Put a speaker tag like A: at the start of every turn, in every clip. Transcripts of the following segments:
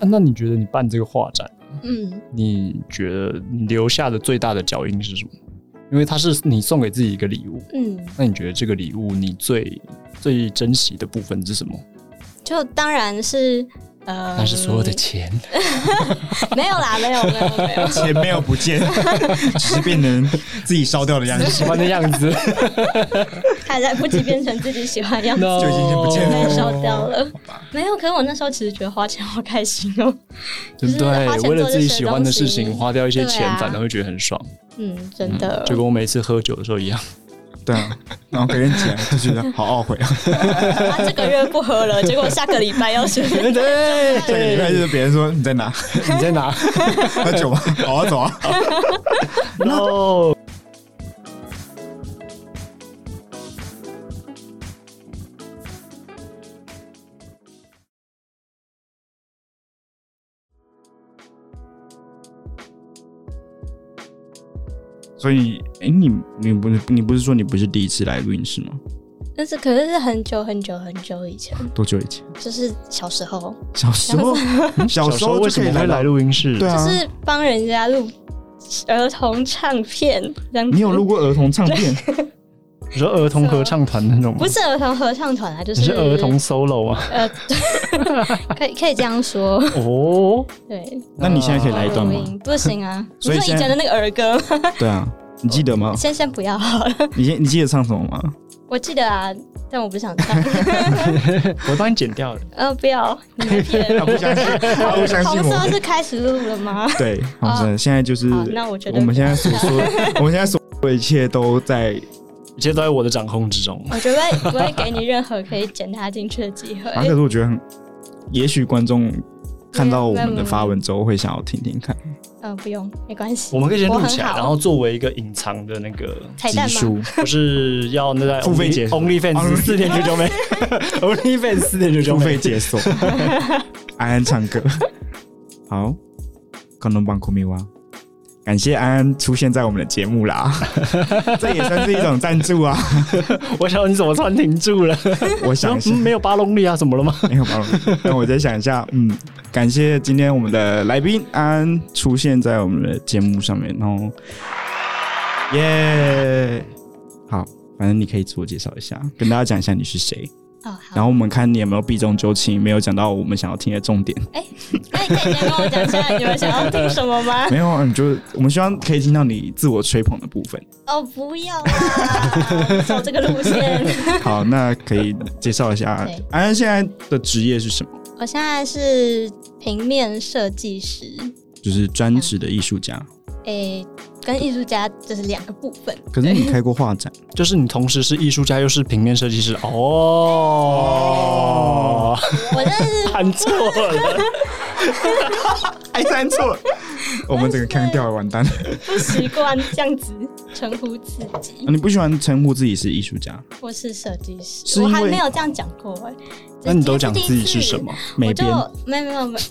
A: 啊那你觉得你办这个画展，
B: 嗯，
A: 你觉得你留下的最大的脚印是什么？因为它是你送给自己一个礼物，
B: 嗯，
A: 那你觉得这个礼物你最最珍惜的部分是什么？
B: 就当然是呃，
A: 那是所有的钱，
B: 没有啦，没有没有没有，
C: 钱没有不 见，只是变成自己烧掉的样子，
A: 喜欢的样 子
B: 还来不及变成自己喜欢的样子。
A: No
C: 就已经不见了
B: 被哦烧掉了，没有。可是我那时候其实觉得花钱好开心哦、
A: 对不
B: 就是花
A: 对？
B: 钱做
A: 为了自己
B: 这些
A: 喜欢的事
B: 东
A: 情，
B: 西
A: 花掉一些钱
B: 对，啊
A: 反而会觉得很爽。
B: 嗯，真的。
A: 就跟我每次喝酒的时候一 样，
C: 对啊，然后给人钱就觉得好懊悔啊。
B: 啊，这个月不喝了，结果下个礼拜要学。
A: 对
C: 下 个礼拜就是别人说你在哪
A: 你在哪？
C: 喝酒吗？好啊，走啊。
A: 哦，
C: 所以，哎、你你不是你不是说你不是第一次来录音室吗？
B: 但是可是是很久很久很久以前，
C: 多久以前？
B: 就是小时候，
C: 小时候，嗯小
A: 小
C: 时
A: 时
C: 候
A: 候为
C: 就
A: 什
C: 可以
A: 么会来
C: 来
A: 录音室？
C: 对啊
B: 就，是帮人家录儿童唱片这样子。
C: 你有录？过儿童唱片？
A: 你说儿童合唱团那种吗？
B: 不是儿童合唱团啊，就
A: 你是儿童 solo 啊？
B: 呃，可以可以这样说，
A: 哦，
B: 对，
C: 那你现在可以来一 段
B: 录
C: 吗？
B: 音不行 啊，
C: 所以
B: 你说
C: 现
B: 以前
C: 在
B: 的那个儿歌 吗，
C: 对啊，你记 得吗？
B: 先先不要好了。
C: 你先你记得唱什么吗？
B: 我记得啊，但我不想唱。
A: 我帮你剪掉了。
B: 呃，不要，你们骗
C: 他不相信，他不相信
B: 红色
C: 我。
B: 是开始录了吗？
C: 对，好像现在就是
B: 好那我觉得
C: 我们现在所 说，我们现在所有的一切都在
A: 一切都在我的掌控之中。
B: 我觉得不会给你任何可以剪它进去的机会。
C: 啊，可是我觉得很，也许观众看到我们的发文之后会想要听听看，
B: 嗯、不用，没关系。
A: 我们可以先录起来，
B: 我很好
A: 然后作为一个隐藏的那个，
B: 彩蛋吗？
C: 书
A: 不是要那 在
C: 付费解
A: Only Fans 四点九九美，Only Fans 四点九九
C: 付费
A: 美。
C: 解锁， 安安唱歌，好，可能帮苦米蛙。感谢安安出现在我们的节目啦，这也算是一种赞助啊！
A: 我想你怎么突然停住了？
C: 我想一下
A: 嗯，没有八龙力啊，怎么了吗？
C: 没有包容。那我再想一下，嗯，感谢今天我们的来宾安安出现在我们的节目上面，然后，耶、好，反正你可以自我介绍一下，跟大家讲一下你是谁，
B: 哦，
C: 然
B: 好。
C: 后我们看你有没有避重就轻，没有讲到我们想要听的重点。
B: 那你可以先跟我讲一下你们想要听什么吗？
C: 没有啊，你就我们希望可以听到你自我吹捧的部 分。
B: 哦，不要啦， 走这个路线。
C: 好，那可以介绍一下
B: 对
C: 安安现在的职业是什么？
B: 我现在是平面设计师，
C: 就是专职的艺术家。
B: 诶、跟艺术家就是两个部分。
C: 可是你开过画展，
A: 就是你同时是艺术家又是平面设计师哦，
B: 我真的是
A: 看错 了，
C: 哎，站错了， 我们整个腔掉了，完蛋了。
B: 不习惯这样子称呼自己，
C: 啊你不喜欢称呼自己是艺术家，啊
B: 我是设计
C: 是
B: 师，
C: 因
B: 我
C: 为
B: 还没有这样讲过哎、
A: 那你都讲自己是什么？
B: 我
C: 美
B: 就
C: 编
B: 没没有没有，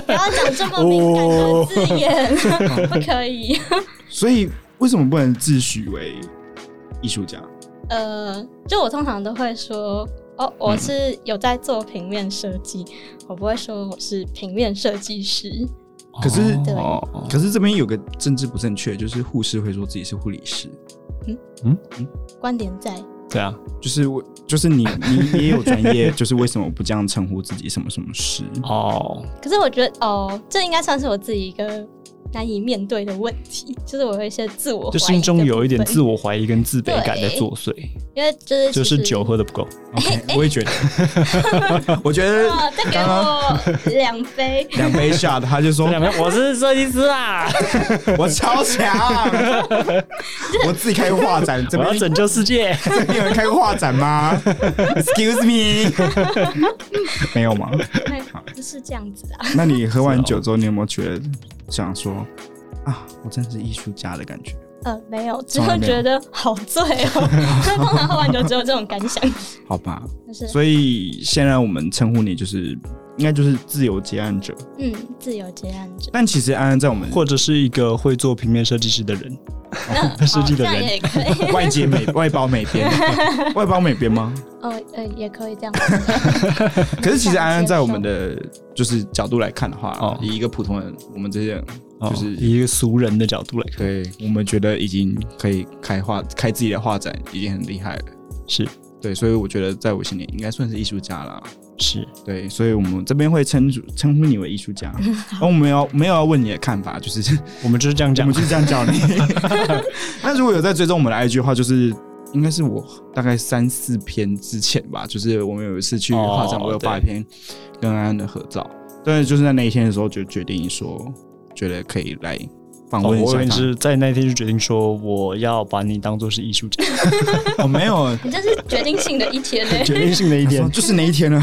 B: 不要讲这么敏感的字
A: 哦
B: 眼，不可以。
C: 所以为什么不能自诩为艺术家？啊
B: 呃，就我通常都会说，
A: 嗯
B: 哦，我是有在做平面设计，我不会说我是平面设计师。
C: 可是
B: 对
A: 哦
C: 可是这边有个政治不正确，就是护士会说自己是护理师，
B: 观点在，
A: 对啊，
C: 就是我，就是 你，你也有专业，就是为什么不这样称呼自己什么什么师？
A: 哦，
B: 可是我觉得哦，这应该算是我自己一个难以面对的问题，就是我有一些自我怀疑
A: 就
B: 的
A: 心中有一点
B: 部分
A: 自我怀疑跟自卑感在作祟，
B: 因为就是
A: 就
B: 其
A: 是
B: 实
A: 酒喝的不够。
B: 哎
C: OK，我也觉得， 我觉得。
B: 哦，再给我两杯
C: 两 杯下的他就说
A: 这两边我是设计师 啊，
C: 我 超强，我自己开过画展，这
A: 我
C: 边
A: 要拯救世界。
C: 这边有人开过画展吗？Excuse me，没 有吗？
B: 哎不是这样子啊，
C: 那你喝完酒之后，你有没有觉得想说啊，我真是艺术家的感觉？
B: 呃，没有，只
C: 从来
B: 有
C: 没有
B: 觉得好醉哦。 所以通常喝完酒只有这种感想，
C: 好吧，
B: 就是
C: 所以现在我们称呼你就是应该就是自由接案者，
B: 嗯，自由接案者。
C: 但其实安安在我们
A: 或者是一个会做平面设计师的人，
B: 那
A: 设计的人
B: 哦这样也可以，
C: 外接美外包美编，外包美编吗？
B: 哦，呃，也可以这样。
C: 可是其实安安在我们的就是角度来看的话，
A: 哦
C: 以一个普通人，我们这些人
A: 哦
C: 就是
A: 以一个俗人的角度来看，
C: 对我们觉得已经可以开画开自己的画展，已经很厉害了。
A: 是
C: 对，所以我觉得在我心里应该算是艺术家啦。
A: 是
C: 对，所以我们这边会称称呼你为艺术家。那我们要没有要问你的看法，就是
A: 我们就是这样
C: 我
A: 讲
C: 们，就是这样叫你。 那如果有在追踪我们的 IG 的话，就是应该是我大概三四篇之前吧，就是我们有一次去画展，
A: 哦
C: 我有发一篇跟安安的合照。但是就是在那一天的时候，就决定说，觉得可以来访
A: 哦
C: 问一
A: 我
C: 下
A: 也
C: 他。
A: 是在那天就决定说，我要把你当做是艺 术家，，
C: 哦，没有，
B: 你这是决定性的一天欸呢
A: 决定性的一
C: 他说
A: 点。
C: 就是那一天呢、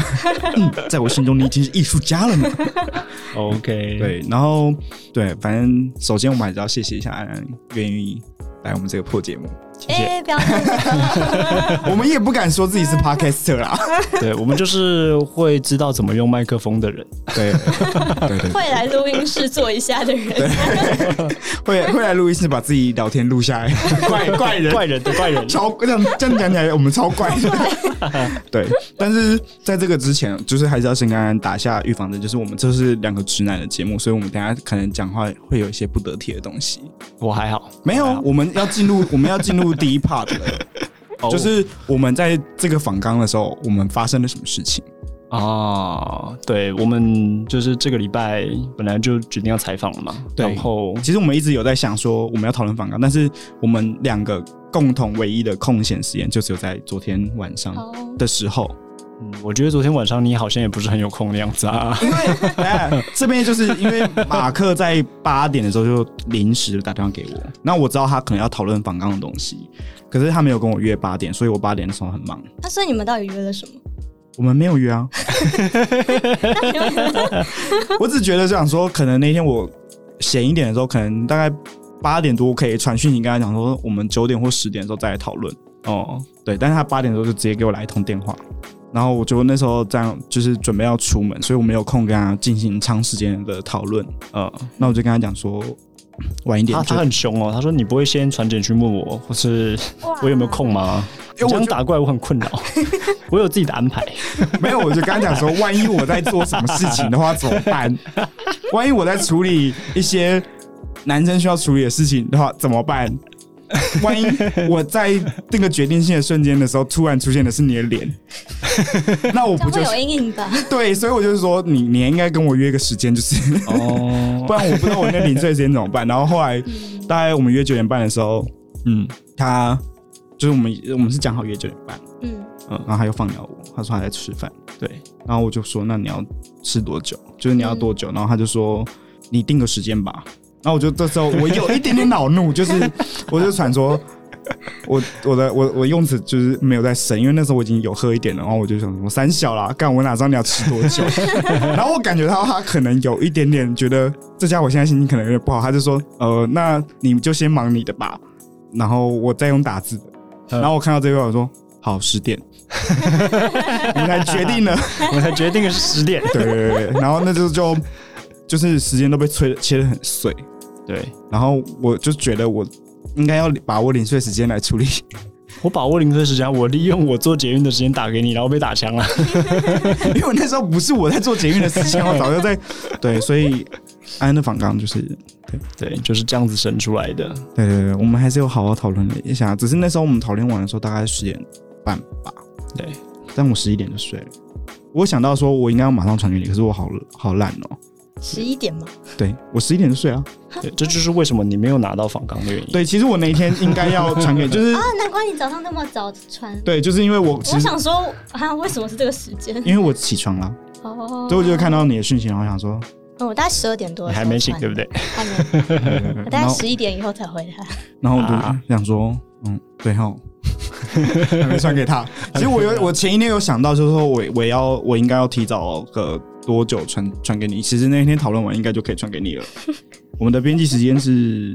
C: 嗯在我心中你已经是艺术家了嘛。
A: OK，，
C: 对，然后对，反正首先我们还是要谢谢一下安安愿意来我们这个破节目。
A: 谢谢。
B: 哎、不要这样子
C: 我们也不敢说自己是 podcaster 啦，
A: 对我们就是会知道怎么用麦克风的人，
C: 对对对，
B: 会来录音室坐一下的人，
C: 会会来录音室把自己聊天录下来，怪怪 人。
A: 怪人的怪人。
C: 超这样这样讲起来，我们超怪的。对，但是在这个之前，就是还是要先跟安安打下预防针，就是我们这是两个直男的节目，所以我们等一下可能讲话会有一些不得体的东西。
A: 我还好，
C: 没有
A: 还好，
C: 我们要进入我们要进入第一 part 了。
A: 哦
C: 就是我们在这个访纲的时候，我们发生了什么事情？
A: 啊，对我们就是这个礼拜本来就决定要采访了嘛，
C: 对
A: 然后
C: 其实我们一直有在想说我们要讨论访纲，但是我们两个共同唯一的空闲时间就只有在昨天晚上
B: 哦，
C: 的时候。
A: 嗯我觉得昨天晚上你好像也不是很有空的样子 啊。
C: 因为哎这边就是因为马克在八点的时候就临时打电话给我，那我知道他可能要讨论访纲的东西，可是他没有跟我约八点，所以我八点的时候很忙。
B: 那啊所以你们到底约了什 么？啊
C: 我们没有约啊，
B: 那你们
C: 我只觉得想说，可能那天我闲一点的时候，可能大概八点多可以传讯息跟他讲说，我们九点或十点的时候再来讨论。
A: 哦，
C: 对，但是他八点的时候就直接给我来一通电话，然后我就那时候这样就是准备要出门，所以我没有空跟他进行长时间的讨论。
A: 呃，
C: 那我就跟他讲说，晚一点
A: 他他
C: 就
A: 很凶哦，他说你不会先传简讯问我，或是
B: 哇
A: 我有没有空？吗？你
C: 因为我
A: 这样
C: 就
A: 打过来我很困 扰，我有自己的安排。
C: 没有，我就跟他讲说，万一我在做什么事情的话怎么办？万一我在处理一些男生需要处理的事情的话怎么办？万一我在那个决定性的瞬间的时候，突然出现的是你的脸，那我
B: 这样
C: 不就
B: 会
C: 是
B: 有阴影吧？
C: 对？所以我就是说，你你应该跟我约个时间，就是
A: 哦
C: 不，然我不知道我那零碎时间怎么办。然后后来
B: 嗯，
C: 大概我们约九点半的时候，
A: 嗯，
C: 他就是我们我们是讲好约九点半，
B: 嗯，
C: 嗯，然后他又放鸟我，他说他在吃饭，
A: 对，
C: 然后我就说那你要吃多久？就是你要多久？然后他就说你定个时间吧。然后我就这时候我有一点点恼怒，就是我就传说。我我的我我用词就是没有在省，因为那时候我已经有喝一点了，然后我就想说三小啦，干我哪知道你要吃多久？然后我感觉到他可能有一点点觉得这家伙现在心情可能有点不好，他就说呃，那你就先忙你的吧，然后我再用打字的。
A: 嗯
C: 然后我看到这个，我说好十点，你来决定了。
A: 我才决定是十点。
C: 对对 对对，然后那就就就是时间都被吹切得很碎，
A: 对
C: 然后我就觉得我应该要把握零碎时间来处理。
A: 我把握零碎时间，我利用我做捷运的时间打给你，然后被打枪了。
C: 因为那时候不是我在做捷运的事情，我早就 在对，所以安安的反刚就是
A: 对，就是这样子生出来的。
C: 对对对，我们还是有好好讨论了一下，只是那时候我们讨论完的时候大概十点半吧，
A: 对，
C: 但我十一点就睡了。我想到说我应该要马上传给你，可是我好好懒哦，
B: 十一点嘛，
C: 对我十一点就睡啊。
A: 对，这就是为什么你没有拿到访纲的原因。
C: 对，其实我那一天应该要传给，就是
B: 啊，难怪你早上那么早传。
C: 对，就是因为我其
B: 我
C: 实
B: 想说，啊，为什么是这个时间？
C: 因为我起床了。
B: 哦，
C: 所以我就看到你的讯息，然后想说，
B: 嗯，我大概十二点多
A: 你
B: 的时
A: 还
B: 候
A: 没醒，
B: 传
A: 对不对？
B: 还没， 我大
C: 然
B: 概
C: 后
B: 十一点以后才回来。
C: 然后我
A: 啊
C: 就想说，嗯，对哈，还没传给他。其实我有，我前一天有想到，就是说我我要我应该要提早个多久传传给你。其实那天讨论完，应该就可以传给你了。我们的编辑时间是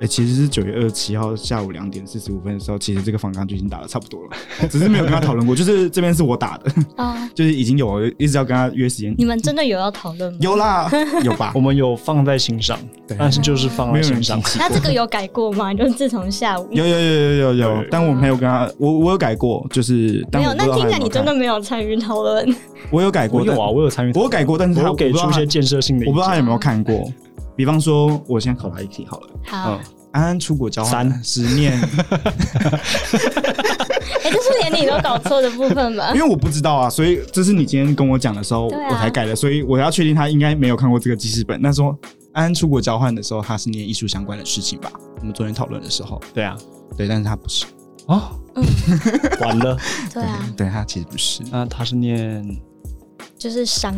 C: 哎、其实是九月二十七号下午两点四十五分的时候，其实这个防弹就已经打的差不多了，只是没有跟他讨论过。就是这边是我打的，
B: 啊，
C: 就是已经有一直要跟他约时间，
B: 你们真的有要讨论吗？
C: 有啦，有吧
A: 我？们有放在心上，
C: 对
A: 但是就是放
C: 没
A: 在
C: 有
A: 心
C: 人想
A: 上。
C: 起
B: 那这个有改过吗？就是自从下午
C: 有有有有有有
A: 有，
C: 但我没有跟他，我我有改过，就是但
B: 没
C: 我
B: 有，
C: 不知
B: 那
C: 道他
B: 听起来
C: 有
B: 你
C: 没有
B: 真
C: 看哦
B: 的没有参与讨论。
C: 我有改过，
A: 我有
C: 但
A: 啊，我有参与，
C: 我有改过，但是
A: 我
C: 他
A: 有给
C: 不知
A: 出
C: 道
A: 一
C: 他
A: 些建设性的
C: 我
A: 意
C: 不知道他
A: 见。
C: 有没有看过。比方说，我现在考他一题好了，
B: 好，
C: 嗯，安安出国交换
A: 三
C: 十 年，
B: 哎、这是连你都搞错的部分吧
C: 因？为我不知道啊，所以这是你今天跟我讲的时候，
B: 对啊
C: 我才改的，所以我要确定他应该没有看过这个记事本。那时候安安出国交换的时候，他是念艺术相关的事情吧？我们昨天讨论的时候，
A: 对啊，
C: 对，但是他不是，哦
A: 啊
B: 嗯，
A: 完了，
B: 对啊，
C: 对他其实不是，
A: 那他是念
B: 就是商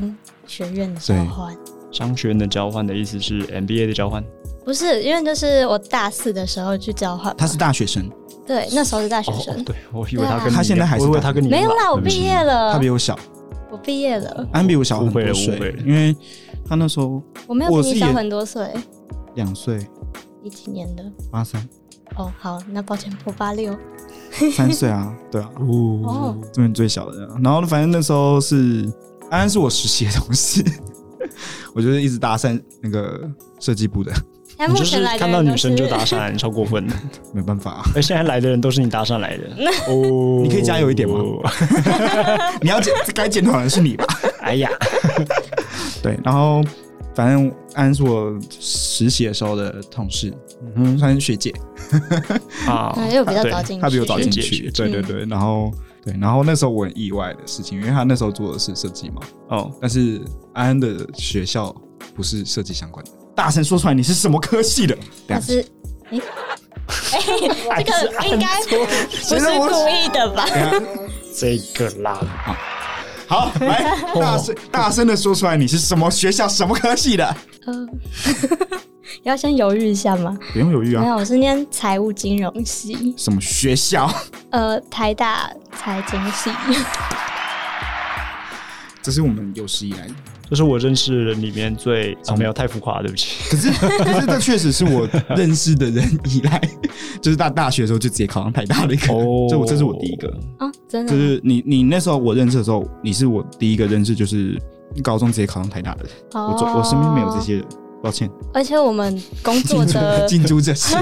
B: 学院的交换，
A: 商学院的交换的意思是 MBA 的交换，
B: 不是因为就是我大四的时候去交换嘛，
C: 他是大学生，
B: 对那时候是大学
A: 哦，
B: 生，
A: 哦对，我以为他跟你
C: 对啊他现在还是
A: 我以为
C: 大
A: 他跟你一样
B: 没有啦，我毕业了，
C: 他比我小，
B: 我毕业了，
C: 安比我小很
A: 误会
C: 多
A: 了
C: 岁
A: 误会了，
C: 因为他那时候
B: 我没有
C: 我
B: 比
C: 是
B: 你小
C: 也
B: 很多岁，
C: 两岁，
B: 你几年的？
C: 八三
B: 哦，好，那抱歉，我八六，
C: 三 岁啊，对啊，
A: 哦
B: 哦，
C: 这边最小的。然后反正那时候是安安是我实习的同 事，我就是一直搭讪那个设计部的，
B: 但
A: 你
B: 目
A: 就是
B: 前来的
A: 看到
B: 人都
A: 女
B: 是
A: 生就搭 讪，超过分的。
C: 没 办法啊、
A: 而现在来的人都是你搭讪来的，哦，
C: 你可以加油一点吗？你要检该检讨的是你吧？
A: 哎呀，
C: 对，然后反正安是我实习的时候的同事，
A: 嗯
C: 算是学姐，
A: 啊
B: 嗯，因为我比较
A: 对
B: 早进去，
C: 她比我早进
A: 学姐
C: 去。对对对，然后对，然后那时候我很意外的事情，因为她那时候做的是设计嘛，
A: 哦，
C: 但是安安的学校不是设计相关的。大声说出来，你是什么科系的？
B: 但
C: 等一下
B: 是你， 哎、这 个应该不
C: 谁
B: 是
C: 让我
B: 故意的 吧？
C: 等一下，
A: 这个啦，
C: 好，来大声大声的说出来，你是什么学校、什么科系的？
B: 嗯，要先犹豫一下吗？
C: 不用犹豫啊
B: 没，有，我是念财务金融系，
C: 什么学校？
B: 呃，台大财经系。
C: 这是我们有史以来
A: 这是我认识的人里面最啊没有太浮夸了，对不起，
C: 可是，可是这确实是我认识的人以来， 就是大大学的时候就直接考上台大的一 个。
A: 哦
C: 这我这是我第一个，
B: 啊，真的
C: 就
B: 吗，
C: 是你你那时候我认识的时候，你是我第一个认识，就是高中直接考上台大的人。我周我身边没有这
B: 哦。
C: 些哎人，抱歉。
B: 而且我们工作
C: 近 朱
B: 的
C: 近朱者赤，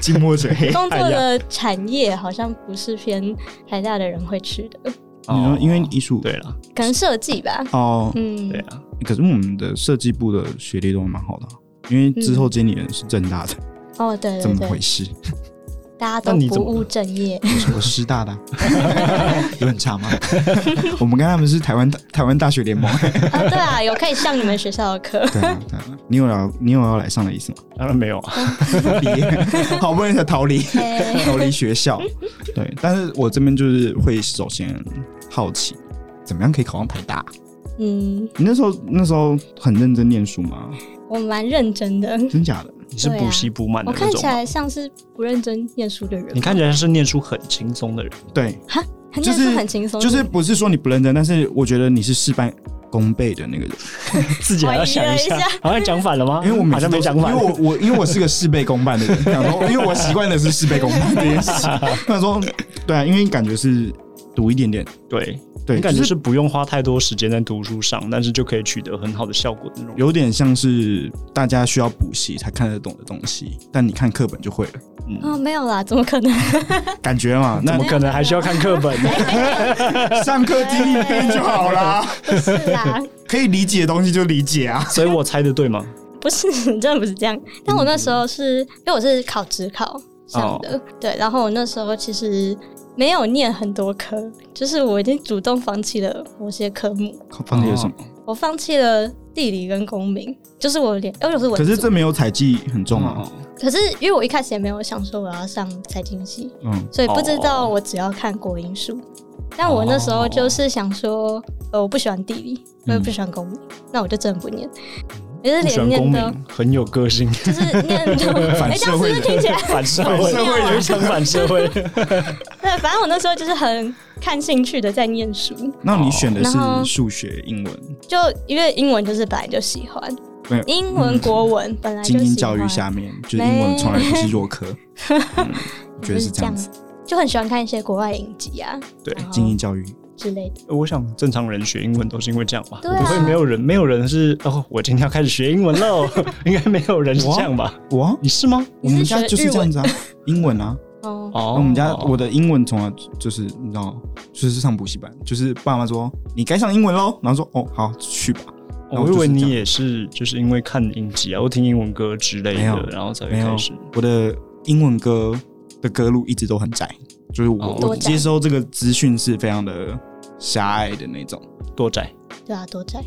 C: 近墨者 黑。
B: 工
A: 哎
B: 作
A: 呀
B: 的产业好像不是偏台大的人会去的，
C: 你说因为艺术
A: 哦对了，
B: 可能设计吧。
C: 哦，
B: 嗯
A: 对，啊，
C: 可是我们的设计部的学历都蛮好的啊，因为之后经理人是正大的，
B: 哦，对
C: 怎
B: 对
C: 么回
B: 对，
C: 事？
B: 大家都
A: 那你
B: 不
A: 怎么
B: 务
A: 了
B: 正业。
C: 我师大的啊， 有很差吗？我们跟他们是台湾大台湾大学联盟。。
B: 啊，对啊，有可以上你们学校的课
C: 对啊，对啊，你有要你有要来上的意思 吗？
A: 当然没有啊，
C: 逃离， 好不容易才逃 离
B: 哎
C: 逃离学校。对，但是我这边就是会首先好奇，怎么样可以考上台大？
B: 嗯，
C: 你那时候那时候很认真念书吗？
B: 我蛮认真的，
C: 真假的？
A: 你是
B: 对啊
A: 补习补满
B: 我
A: 的
B: 看
A: 那
B: 起
A: 种吗，
B: 来像是不认真念书的人。
A: 你看起来是念书很轻松的人，
C: 对，
B: 他
C: 就
B: 念
C: 是
B: 书很
A: 哦
B: 轻松，
C: 就是不是说你不认真，但是我觉得你是事半功倍的那个人，
A: 自己还要想一
B: 怀疑了一，
A: 好像讲反了吗？
C: 因为我每
A: 啊好
C: 次
A: 像没讲
C: 都是
A: 反
C: 因为，我我因为我是个事倍功半的 人，然后因为我习惯的是事倍功半这件事情。他说，对啊，因为感觉是读一点点，
A: 对，
C: 对，
A: 你感觉
C: 就是
A: 是不用花太多时间在读书上，但是就可以取得很好的效果的那种。
C: 有点像是大家需要补习才看得懂的东西，但你看课本就会了，
B: 哦，没有啦，怎么 可能？
C: 感觉嘛？
A: 怎
C: 那
A: 么可能还需要看课本呢？
C: 上课听一遍就好 啦，
B: 不是啦，
C: 可以理解的东西就理解啊。
A: 所以我猜的对吗？
B: 不是，真的不是这样。
A: 嗯
B: 但我那时候是因为我是考职考上
A: 哦
B: 的，对，然后我那时候其实没有念很多科，就是我已经主动放弃了某些科目，
C: 放弃了什么？
B: 我放弃了地理跟公民，就是我连，哎因为我是文
C: 哦可是
B: 组
C: 这没有采集很重
A: 哦
C: 啊。
B: 可是因为我一开始也没有想说我要上财经系，
C: 嗯，
B: 所以不知道我只要看国英数。但我那时候就是想说，呃，我不喜欢地理，
C: 嗯
B: 我也不喜欢公民，那我就真的不念，也是
A: 不喜
B: 连
A: 欢公
B: 念
A: 民
B: 到，
A: 很有个性，
B: 就是念到，
C: 反
B: 哎、这样
C: 社
B: 是
C: 会
B: 不
C: 的
B: 是听起来？
A: 反社会，
C: 反社会
A: 有一场反社会。
B: 对，反正我那时候就是很看兴趣的在念书，
A: 哦
C: 那你选的是
B: 然后
C: 数学、英文
B: 就因为英文就是本来就喜欢，
C: 没有嗯
B: 英文、国文本来啊就
C: 精英
B: 喜
C: 教育
B: 欢
C: 下面，就是英文从来 不是弱科，嗯我觉
B: 就
C: 得
B: 是
C: 是
B: 这
C: 这样
B: 样
C: 子。，
B: 就很喜欢看一些国外影集啊
C: 对
B: 然，后
C: 精英教育
B: 之类的。
A: 我想正常人学英文都是因为这样吧，
B: 对啊
A: 不会没有人没有人是哦，我今天要开始学英文喽， 应该没有人是这样吧？
C: 我啊
A: 你是吗？
B: 你
C: 我
B: 是
C: 们家
B: 学
C: 就是
B: 日
C: 这样子啊， 英文啊，
B: 哦，
A: 哦
C: 那我们家我的英文从来就是你知道，就是上补习班，就是爸妈说你该上英文喽，然后说哦好去吧，
A: 哦我以为你也是，就是因为看影集啊，或听英文歌之类
C: 没有
A: 的，然后才会
C: 没有
A: 开始。
C: 我的英文歌的歌路一直都很窄，就是我、
A: 哦
C: 我
B: 多窄
C: 接收这个资讯是非常的狭隘的那种，
A: 多宅
B: 对啊，多宅。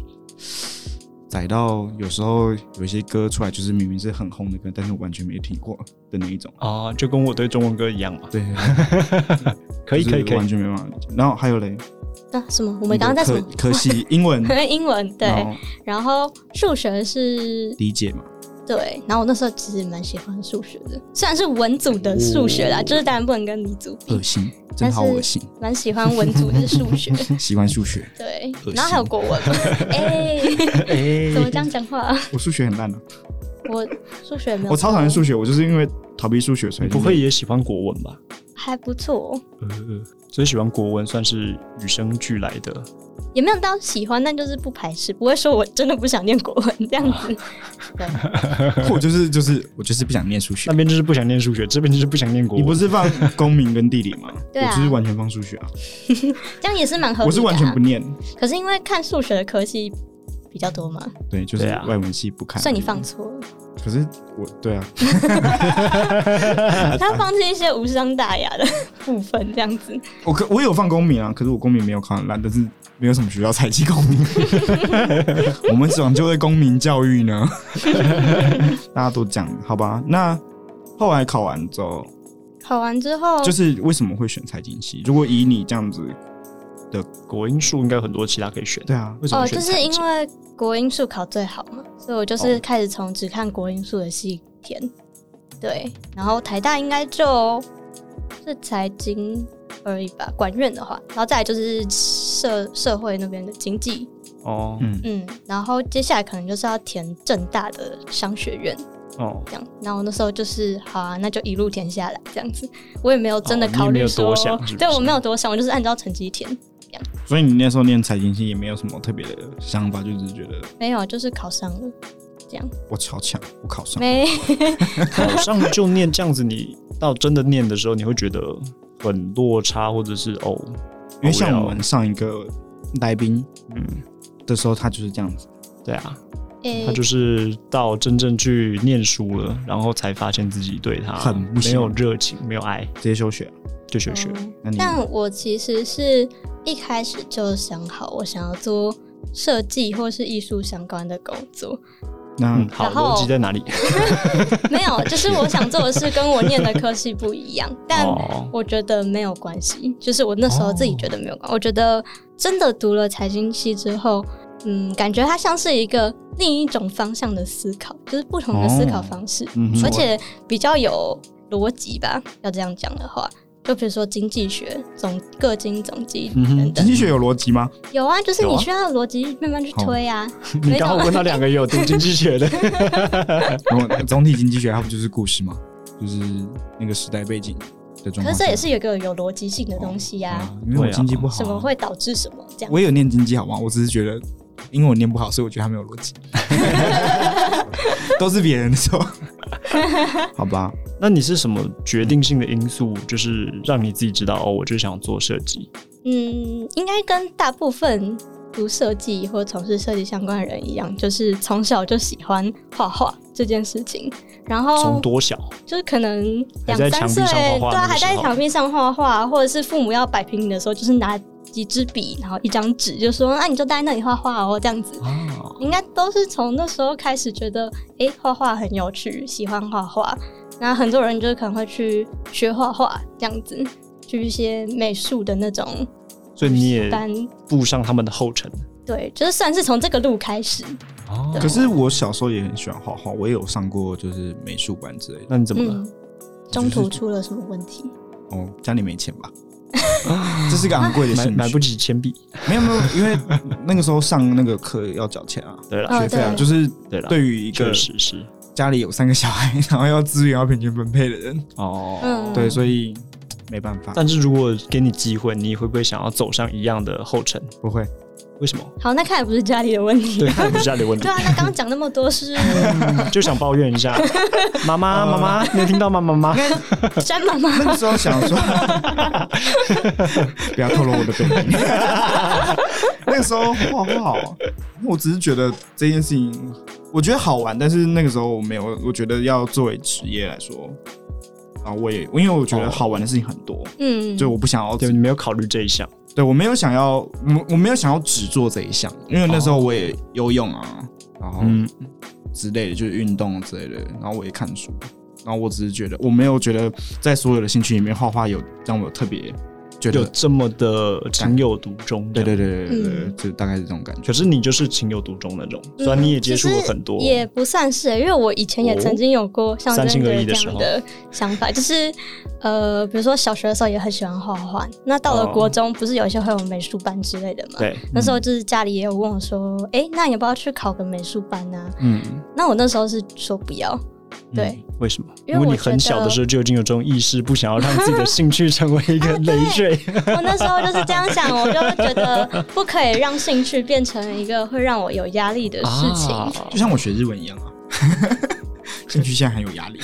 C: 窄到有时候有一些歌出来就是明明是很红的歌，但是我完全没听过的那一种。
A: 啊，就跟我对中文歌一样嘛。
C: 对，
A: 可以
C: 就是
A: 可以可
C: 完
A: 以，
C: 全没办法理解。然后还有嘞，
B: 啊，什么？我们刚刚在什
C: 科
B: 么？
C: 科系英文，
B: 英文 对，
C: 然后
B: 然后数学是
C: 理解嘛，
B: 对，然后我那时候其实蛮喜欢数学的，虽然是文组的数学
C: 哦
B: 啦，就是当然不能跟理组比
C: 恶，心，真
B: 但
C: 好
B: 是
C: 恶心，
B: 蛮喜欢文组的数 学。
C: 喜欢数学，
B: 对
C: 恶，
B: 然后还有
C: 心
B: 国文嘛， 哎、
A: 哎
B: 怎么这样讲话？
C: 我数学很烂的、啊
B: 我数学没有，
C: 我超讨厌数，学，我就是因为逃避数学，所
A: 你
C: 以
A: 不会也喜欢国文吧？
B: 还不错，哦
A: 呃，所以喜欢国文算是与生俱来的。
B: 也没有到喜欢，但就是不排斥，不会说我真的不想念国文这样子。
C: 啊我就是就是我就是不想念数 学
A: 那。边就是不想念数学，这边就是不想念国
C: 你
A: 文。
C: 不是放公民跟地理吗？
B: 对啊
C: 我就是完全放数学啊，
B: 这样也是蛮合理的、啊。
C: 我是完全不念，
B: 可是因为看数学的科系比较多嘛，
C: 对，就是
A: 对啊
C: 外文系不看。
B: 所以你放，错了。
C: 可是我对啊，
B: 他放弃一些无伤大雅的部分，这样子。
C: 我可我有放公民啊，可是我公民没有考很烂，但是没有什么学校采集公 民，我们讲究的公民教 育呢，大家都讲好吧？那后来考完之后，
B: 考完之后，
C: 就是为什么会选财经系？如果以你这样子，
A: 国英数应该有很多其他可以选。
C: 对啊，
A: 为什么
B: 哦，
A: 选
B: 就是
A: 财
B: 因
A: 经
B: 为国英数考最好嘛，所以我就是开始从只看国英数的系填。对，然后台大应该就是财经而已吧，管院的话，然后再来就是社社会那边的经济，
A: 哦
C: 嗯，
B: 嗯，然后接下来可能就是要填正大的商学院
A: 哦，
B: 这样。然后那时候就是好啊，那就一路填下来这样子，我也没有真的
A: 哦
B: 考
A: 你也没
B: 虑
A: 有
B: 说，
A: 多想是不
B: 对
A: 是
B: 我没有多想，我就是按照成绩填，
C: 所以你那时候念财经系也没有什么特别的想法，就只是觉得
B: 没有就是考上了，
C: 我超强，我考上。
B: 没
A: 考上就念这样子，你到真的念的时候，你会觉得很落差，或者是哦，
C: 因为像
A: 好无聊
C: 我们上一个来宾
A: 嗯，
C: 的时候，他就是这样子，
A: 对啊，
B: 诶
A: 他就是到真正去念书了，然后才发现自己对他
C: 很不
A: 没
C: 喜
A: 有
C: 欢
A: 热情，没有爱，
C: 直接休学。
A: 就休学。
B: 嗯
C: 那你
B: 但我其实是一开始就想好，我想要做设计或是艺术相关的工 作。
C: 那
A: 嗯，好，
B: 然后
A: 逻辑在哪里？
B: 没有，就是我想做的事跟我念的科系不一样，但
A: 哦，
B: 我觉得没有关系。就是我那时候自己觉得没有关我觉得真的读了财经系之后，嗯，感觉它像是一个另一种方向的思考，就是不同的思考方式，
C: 嗯哼
B: 而且比较有逻辑吧。要这样讲的话。就比如说经济学、总各经总计
A: 嗯哼
B: 等等
C: 经，济学有逻辑吗？
B: 有啊，就是
A: 有
B: 你
A: 啊哦
B: 需要逻辑慢慢去推啊。
A: 你刚刚问到两个有读经济学 的，
C: 然后总体经济学它不就是故事吗？就是那个时代背景的状况下。
B: 可是这也是有一个有逻辑性的东西呀、
C: 啊，因为我经济不好、
B: 什么？会导致什么这样？
C: 我也有念经济好吗？我只是觉得，因为我念不好，所以我觉得它没有逻 辑，都是别人的错。好吧，
A: 那你是什么决定性的因素，就是让你自己知道哦，我就想做设计？
B: 嗯，应该跟大部分读设计或从事设计相关的人一样，就是从小就喜欢画画这件事情。然
A: 从
B: 后
A: 多小？
B: 就是可能
A: 还
B: 两
A: 在
B: 三
A: 墙壁
B: 岁，
A: 上画画
B: 对
A: 那
B: 啊，
A: 个
B: 还在
A: 时候
B: 墙壁上画画，或者是父母要摆平你的时候，就是拿几支笔，然后一张纸，就说：“啊，你就待在那里画画哦。”这样子。
A: 啊，
B: 应该都是从那时候开始觉得，诶，画画很有趣，喜欢画画。那很多人就是可能会去学画画这样子，去一些美术的那种
A: 所以你也
B: 班。
A: 步上他们的后尘。
B: 对，就是算是从这个路开始。
A: 哦
C: 可是我小时候也很喜欢画画，我也有上过就是美术班之类的。
B: 嗯
A: 那你怎么了？
B: 嗯，中途出了什么问题？
C: 哦，家里没钱吧？ 这是个昂贵的
A: 买
C: 兴
A: 买不
C: 趣。
A: 起铅笔。
C: 没有没有，因为那个时候上那个课要缴钱啊，
A: 对了，
B: 哦
C: 学费啊，
B: 对
C: 就是
A: 嗯对了，
C: 对于一个
A: 确实是
C: 家里有三个小孩， 然后要资源要平均分配的人，
A: 哦。
B: 嗯
C: 对，所以没办法，
A: 但是如果给你机会，你会不会想要走上一样的后尘？
C: 不会。
A: 为什么？
B: 好，那看来不是家里的问题。
A: 对，那也不是家里的问题
B: 对，啊，那刚刚讲那么多是 啊
A: 就想抱怨一 下，妈妈，
B: 哦
A: 妈妈，你有听到吗？妈妈，
B: 詹妈妈
C: 那个时候想说， 不要透露我的本名。 那个时候画画哦，我只是觉得这件事情，我觉得好玩，但是那个时候我没有，我觉得要作为职业来说，啊，我也因为我觉得好玩的事情很多，
B: 嗯，
C: 就我不想要，
A: 对，
C: 对
A: 你没有考虑这一项
C: 我没有想要，我我没有想要只做这一项，因为那时候我也游泳啊，然
B: 哦
C: 后
A: 嗯
C: 之类的，就是运动之类的，然后我也看书，然后我只是觉得我没有觉得在所有的兴趣里面画画有让我有特别觉得
A: 有这么的情有独钟。
C: 对对
A: 对。
C: 对对对对，
B: 嗯
C: 就大概是这种感觉。
A: 可是你就是情有独钟那种，虽然你也接触了很多，
B: 嗯
A: 哦
B: 其实也不算是、欸因为我以前也曾经有过像
A: 三
B: 真
A: 心
B: 的
A: 二意
B: 这
A: 的时
B: 样
A: 候
B: 的想法，就是呃，比如说小学的时候也很喜欢画画，那到了
A: 哦
B: 国中不是有一些会有美术班之类的嘛？
A: 对，嗯
B: 那时候就是家里也有问我说，哎、那你要不要去考个美术班啊？
C: 嗯，
B: 那我那时候是说不要，对，
A: 嗯为什么？
B: 因为
A: 如果
B: 我
A: 你
B: 觉
A: 很小的
B: 得
A: 时候就已经有这种意识，不想要让自己的兴趣成为一个累赘，
B: 我那时候就是这样想，我就觉得不可以让兴趣变成一个会让我有压力的事情。
A: 啊
C: 就像我学日文一样啊，兴趣现在很有压力。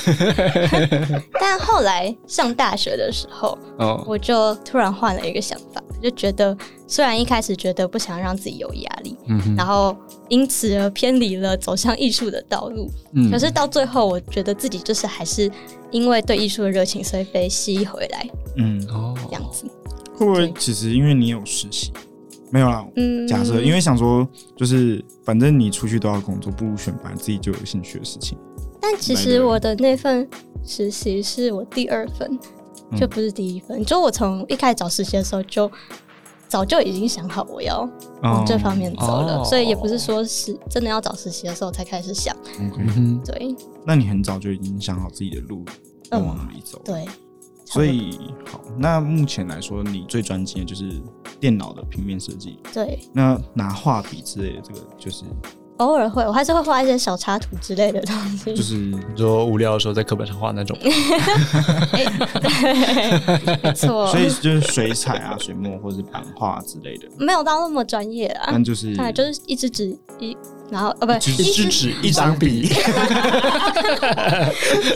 B: 但后来上大学的时候，
C: 哦，
B: 我就突然换了一个想法，就觉得虽然一开始觉得不想让自己有压力，
C: 嗯哼
B: 然后因此而偏离了走向艺术的道路，
C: 嗯
B: 可是到最后，我觉得自己就是还是因为对艺术的热情，所以被吸回来
C: 嗯，
A: 哦，
B: 这样子。
C: 会不会其实因为你有实习，没有啦？
B: 嗯，
C: 假设因为想说，就是反正你出去都要工作，不如选本来自己就有兴趣的事情。
B: 但其实我的那份实习是我第二份，
C: 嗯
B: 就不是第一份。就我从一开始找实习的时候就。早就已经想好我
C: 哦
B: 要
C: 嗯
B: 往哦这方面走了，
A: 哦
B: 所以也不是说是真的要找实习的时候才开始想。
C: OK，
A: 嗯哼，
B: 对
C: 那你很早就已经想好自己的路要
B: 嗯
C: 往哪里走。，
B: 对，
C: 所以好，那目前来说，你最专精的就是电脑的平面设计。
B: 对，
C: 那拿画笔之类的，这个就是
B: 偶尔会，我还是会画一些小插图之类的东西。
C: 就是
A: 你说无聊的时候在课本上画那种，
B: 没错，
C: 所以就是水彩啊、水墨或是版画之类的，
B: 没有到那么专业啊。
C: 但就是
B: 对，就是一支纸一，然后呃，不，
C: 一
B: 一
A: 支
B: 支
A: 纸一张笔，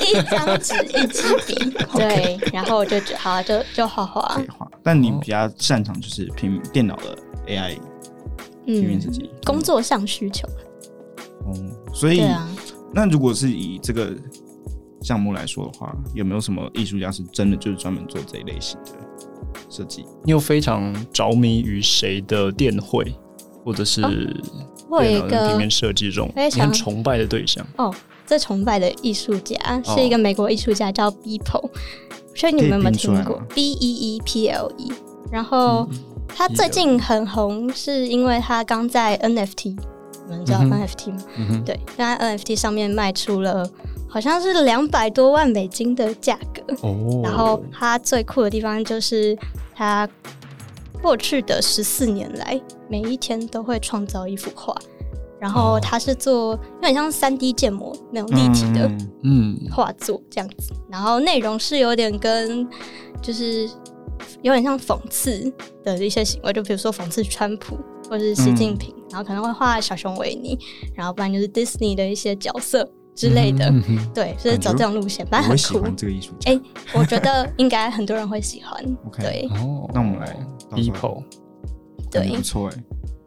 B: 一张纸一支笔， 对。然后我就觉好，啊就就画画
C: 可以，画。但你比较擅长就是平电脑的 AI 平面
B: 嗯
C: 设，计
B: 工，作上需求，
C: 嗯，所以
B: 对啊。
C: 那如果是以这个项目来说的话，有没有什么艺术家是真的就是专门做这一类型的设计？
A: 你有非常着迷于谁的电绘，或者
B: 哦
A: 是
B: 我有
A: 电
B: 一
A: 脑的平
B: 个
A: 面设计这种
B: 非
A: 你很
B: 常
A: 崇拜的对象？
B: 最崇拜的艺术家是一个美国艺术家叫 Beeple，不知道你们有没有听
C: 可以拼出来
B: 过
C: 吗
B: B E E P L E。然后他最近很红，是因为他刚在 NFT，你们知道
A: 嗯哼
B: NFT 吗？
A: 嗯哼，
B: 对，他在 NFT 上面卖出了好像是两百多万美金的价格。
A: 哦
B: 然后它最酷的地方就是它过去的十四年来，每一天都会创造一幅画。然后
A: 哦
B: 它是做有点像三 D 建模那种立体的
C: 嗯
A: 嗯，
B: 画作这样子，然后内容是有点跟就是有点像讽刺的一些行为，就比如说讽刺川普或是习
C: 嗯
B: 近平，然后可能会画小熊维尼，然后不然就是 Disney 的一些角色之类的，
A: 嗯哼
B: 对，就是走这种路线，反正
C: 我会
B: 很
C: 喜
B: 酷。
C: 欢这个艺术家。
B: 哎、 我觉得应该很多人会喜欢。
C: OK
B: 对
A: 哦，
C: 那我们来到时
A: Beeple
C: 候感觉
B: 对
C: 不，错哎，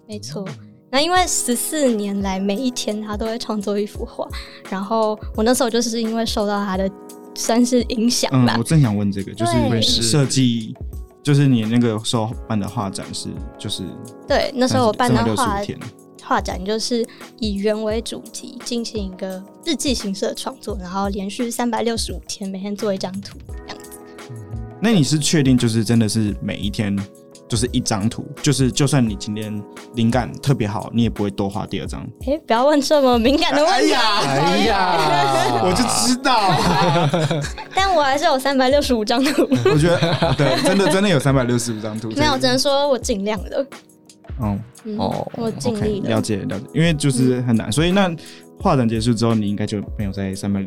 B: 没错。那因为十四年来，每一天他都会创作一幅画，然后我那时候就是因为受到他的算是影响
C: 嗯
B: 吧，，
C: 我正想问这个，就
B: 对我
A: 也
C: 是
A: 是
C: 设计，就是你那个时候办的画展是，就是
B: 对，那时候我办的画
C: 365天
B: 画展就是以人为主题进行一个日记形式的创作，然后连续三百六十五天，每天做一张图这样子。
C: 那你是确定就是真的是每一天就是一张图，就是就算你今天灵感特别好，你也不会多画第二张。
B: 哎、不要 哎问这么敏感的问题。
C: 哎呀，
A: 哎哎呀
C: 我就知道，
B: 但但我还是有三百六十五张图，
C: 我觉得对，真的真的有三百六十五张图。
B: 没有，只能说我尽量了。
C: 嗯，
B: 嗯，
A: 哦
B: 我尽
C: OK，
B: 力
C: 了
B: 了。
C: 解了解，因为就是很难，所以那画展结束之后，你应该就没有在三百，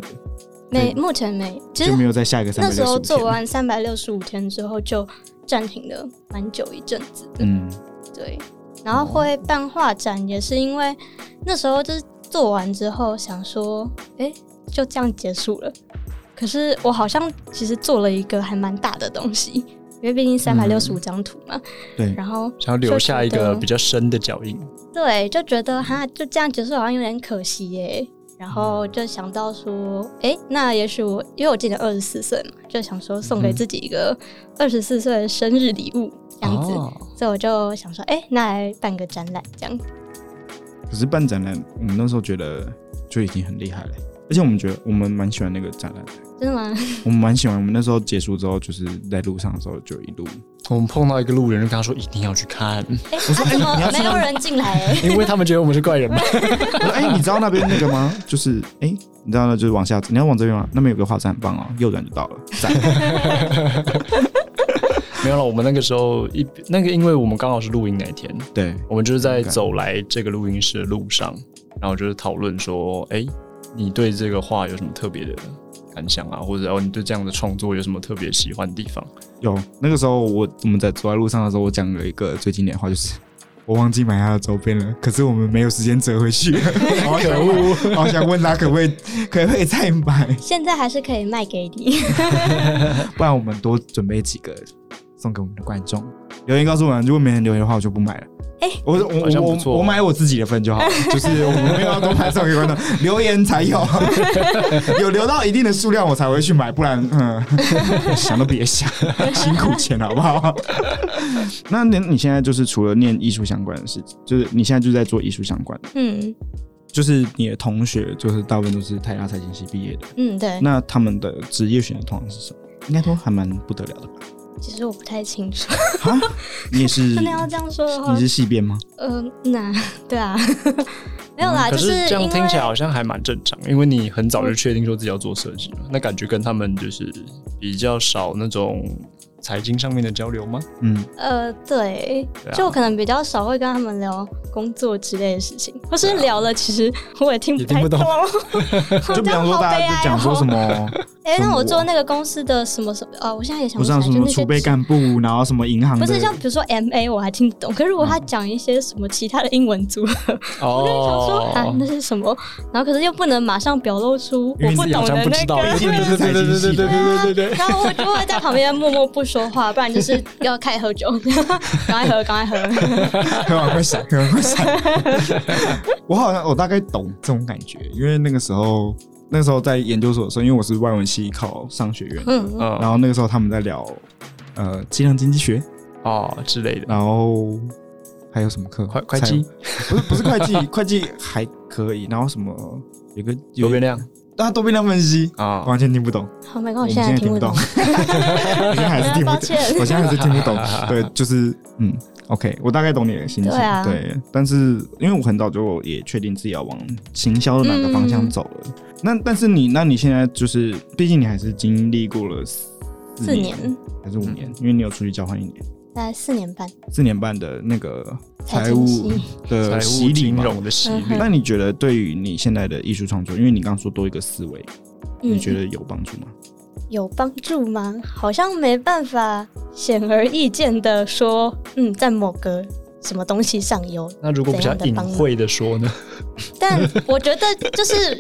B: 没，目前没。其实
C: 就没有在下一个三
B: 那
C: 百
B: 时
C: 六十
B: 候
C: 五
B: 做完三百六十五天之后，就暂停了蛮久一阵子。
C: 嗯，
B: 对，然
C: 哦
B: 后会办画展，也是因为那时候就是做完之后想说，哎、就这样结束了。可是我好像其实做了一个还蛮大的东西，因为毕竟三百六十五张图嘛。
C: 嗯对
B: 然后
A: 想要留下一
B: 就觉
A: 个
B: 得
A: 比较深的脚印。
B: 对，就觉得哈，就这样结束好像有点可惜耶、然后
A: 嗯
B: 就想到说，哎、那也许我，因为我今年二十四岁嘛，就想说送
A: 嗯
B: 给自己一个二十四岁的生日礼物这样子，
A: 哦
B: 所以我就想说，哎、那来办个展览这样。
C: 可是办展览，我们那时候觉得就已经很厉害了，而且我们觉得我们蛮喜欢那个展览的，
B: 真 的吗？
C: 我们蛮喜欢。我们那时候结束之后，就是在路上的时候就一路，
A: 我们碰到一个路人，就跟他说一定要去 看，
B: 哎、啊怎么没有人进来、哎
A: 因为他们觉得我们是怪人嘛。
C: 我说哎、你知道那边那个吗？就是哎、你知道那就是往下，你要往这边吗？那边有个画展很棒哦，右转就到了，赞。
A: 没有了，我们那个时候一那个，因为我们刚好是录音那一天，
C: 对，
A: 我们就是在走来这个录音室的路上，然后就是讨论说，哎、你对这个画有什么特别的感想啊？或者哦，你对这样的创作有什么特别喜欢的地 方？
C: 有那个时候我我们在走在路上的时候，我讲了一个最经典的话，就是 我忘记买他的周边了，可是我们没有时间折回 去，好可恶！好想问他可不可以可不可以再买，
B: 现在还是可以卖给你。
C: 不然我们多准备几个送给我们的观众。留言告诉我们，如果没人留言的话，我就不买了。
B: 哎
C: 我我
A: 好像
C: 我
A: 不
C: 我
A: 错
C: 我买我自己的份就好了，就是我们没有要多买送给观众，留言才有，有留到一定的数量我才会去买，不然嗯， 想都别想，辛苦钱好不好？ 那你你现在就是除了念艺术相关的事，情，就是你现在就是在做艺术相关的，
B: 嗯
C: 就是你的同学就是大部分都是台大财经系毕业的，
B: 嗯，对，
C: 那他们的职业选择通常是什么？应该都还蛮不得了的吧？
B: 其实我不太清楚。
C: 啊，你 也是
B: 真的要这样说的话
C: 你，是系编吗？
B: 嗯、那 对啊，没有啦，
A: 嗯可
B: 就是
A: 这样
B: 因
A: 听起来
B: 为
A: 好像还蛮正常，因为你很早就确定说自己要做设计嘛，那感觉跟他们就是比较少那种财经上面的交流吗？
C: 嗯，
B: 呃，对，
A: 对啊
B: 就我可能比较少会跟他们聊工作之类的事情，或是
A: 啊
B: 聊了，其实我也听不
A: 也听
B: 太
A: 不
B: 懂
A: 懂。
C: 就比 方说大家就讲说什 么，
B: 哎、哦那我
C: 中国
B: 做那个公司的什么什么，呃，我现在也想
C: 不啊
B: 不起
C: 像
B: 来，
C: 什
B: 就那
C: 么
B: 些
C: 储备干部，然后什么银行
B: 不
C: 的，
B: 是 像比如说 M A 我还听得懂，可是如果他讲一些什么其他的英文组合，
A: 哦
B: 我
C: 哦
B: 就会想说
A: 哎
B: 啊那是什么，然后可是又不能马上表露出我
A: 因为
B: 不
A: 自己
B: 懂
A: 好像
B: 的
A: 不
B: 那
A: 知道，
B: 个，啊
A: 毕竟你
C: 对
A: 是
C: 对
A: 财
C: 对
A: 经系
C: 对对
A: 的，对对对
B: 然后我就会在旁边默默不说话，不然就是要开始喝酒， 赶快喝，赶快喝。
C: 喝完会闪，喝完会 闪。我好像我大概懂这种感觉，因为那个时候那个时候在研究所的时候，因为我是外文系考商学院，
B: 嗯，
A: 嗯
C: 然后那个时候他们在聊呃计量经济学，
A: 哦之类的，
C: 然后还有什么课？
A: 会会计
C: 财务？不是不是会计，会计还可以。然后什么有个
A: 有变
C: 量，
A: 量
C: 大家多变量哦分析，
A: 啊，
C: 完全听不懂。
B: 好，没
C: 我
B: 关
C: 们
B: 系，哦我现在听
C: 听
B: 不
C: 懂，
B: 懂。
C: 我现在还是听不
B: 啊抱
C: 懂
B: 歉，
C: 我现在还是听不懂。对，就是嗯，OK，我大概懂你的心情。
B: 对啊
C: 对，但是因为我很早就也确定自己要往行销的哪个方向走了。那但是你，那你现在就是，毕竟你还是经历过了四
B: 四年，
C: 还是五年，因为你有出去交换一年，
B: 大概四年半，
C: 四年半的那个
B: 财
C: 财
B: 经
C: 务
B: 系
A: 财
C: 的洗
A: 务
C: 礼
A: 金
C: 嘛。
A: 融的呃洗礼
B: 嗯。
C: 那你觉得对于你现在的艺术创作，因为你刚刚说多一个思维，你
B: 嗯
C: 觉得有帮助吗？
B: 有帮助吗？好像没办法显而易见的说，嗯，在某个什么东西上有
A: 那如果比较隐晦的说呢？
B: 但我觉得就是，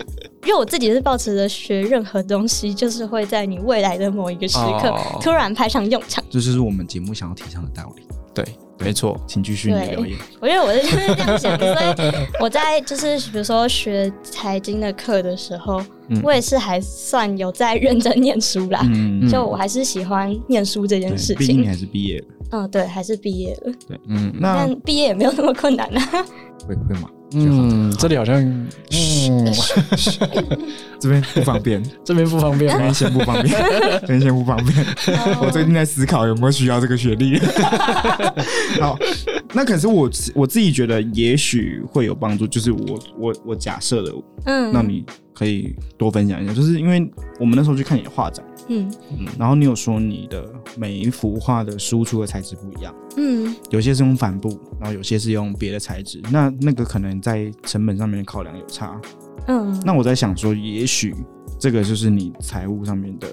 B: 因为我自己是抱持着学任何东西，就是会在你未来的某一个时刻、
A: 哦
B: 突然派上用场。
C: 这就是我们节目想要提倡的道理。
A: 对，没错，
C: 请继续你的
B: 对
C: 留言。
B: 我觉得我是就是这样想的，所以我在就是比如说学财经的课的时候，
C: 嗯
B: 我也是还算有在认真念书啦。
C: 嗯
B: 就我还是喜欢念书这件啊事
C: 对毕竟你
B: 情，
C: 还是毕业了。
B: 嗯，对，还是毕业了，
C: 嗯，那
B: 但毕业也没有那么困难啊。
C: 会会吗？
A: 嗯，这里好像，嗯，
C: 这边不方便，
A: 这边不方便吗
B: 嗯
C: 明？显不方便，明显不方便。 我最近在思考有没有需要这个学历。好，那可是我我自己觉得也许会有帮助，就是我我我假设的，
B: 嗯，
C: 那你可以多分享一下，就是因为我们那时候去看你的画展，
B: 嗯
C: 嗯，然后你有说你的每一幅画的输出的材质不一样，
B: 嗯
C: 有些是用帆布，然后有些是用别的材质，那那个可能在成本上面的考量有差。
B: 嗯，
C: 那我在想说，也许这个就是你财务上面的，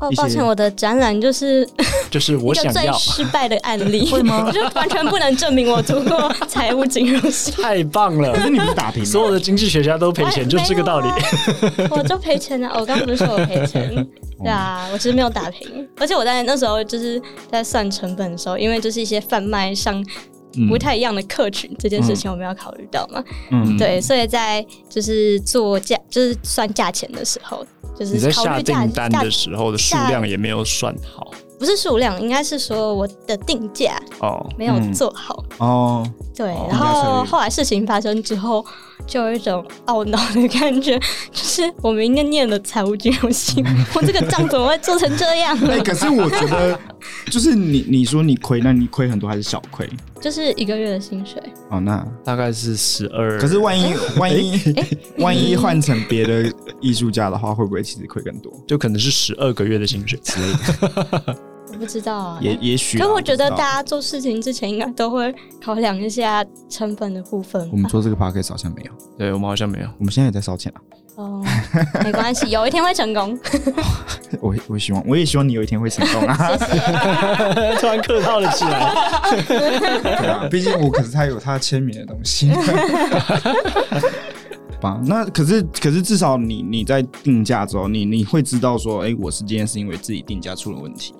B: 哦
C: 一，
B: 抱
C: 些
B: 歉，我的展览就是
A: 就是我
B: 一个
A: 想
B: 最
A: 要，。
B: 失败的案 例，会吗？ 就完全不能证明我读过财务金融系
A: 太棒了
C: 可！是你不是打平吗？
A: 所有的经济学家都赔钱，就是这个道理。
B: 嗯没有啊 我就赔钱啊！我刚刚不是说我赔钱？对啊，我其实没有打平，而且我在那时候就是在算成本的时候，因为就是一些贩卖上
A: 嗯
B: 不太一样的客群、这件事情，我们要考虑到嘛。
C: 嗯，
B: 对，所以在就是做价，就是算价钱的时候，就
A: 你
B: 是
A: 在
B: 考
A: 下
B: 虑价
A: 订单
B: 价
A: 的时候的数量也没有算好
B: 不是数量，应该是说我的定价
A: 哦，
B: 没有
C: 嗯
B: 做好。
C: 哦，
B: 对，
A: 哦
B: 然
C: 应该
B: 后
C: 是
B: 后来事情发生之后，就有一种懊恼的感觉， 就是我明明念了财务金融系， 我这个账怎么会做成这样
C: 哎、
B: 呢？
C: 可是我觉 得，就是你你说你亏，那你亏很多还是小亏？
B: 就是一个月的薪水，
C: 哦，那
A: 大概是十二。
C: 可是 万一万一、 万一换成别的艺术家的话，会不会其实亏更多？
A: 就可能是十二个月的薪水之 类的。
B: 我不知道啊。
C: 也也许啊，
B: 可我觉得大
C: 家
B: 家做事情之前应该都会考量一下成本的部分
C: 我们
B: 吧。
C: 做这个 p o d c a s 好像没有，
A: 对我们好像没有。
C: 我们现在也在烧钱啊。
B: 哦，没关系，有一天会成 功。
C: 我我希望，我也希望你有一天会成功啊！
A: 突然客套了起来。
C: 对啊， 毕竟我可是他有他签名的东西。 吧，那可是可是至少你你在定价之后，你你会知道说，哎、我是今天是因为自己定价出了问题，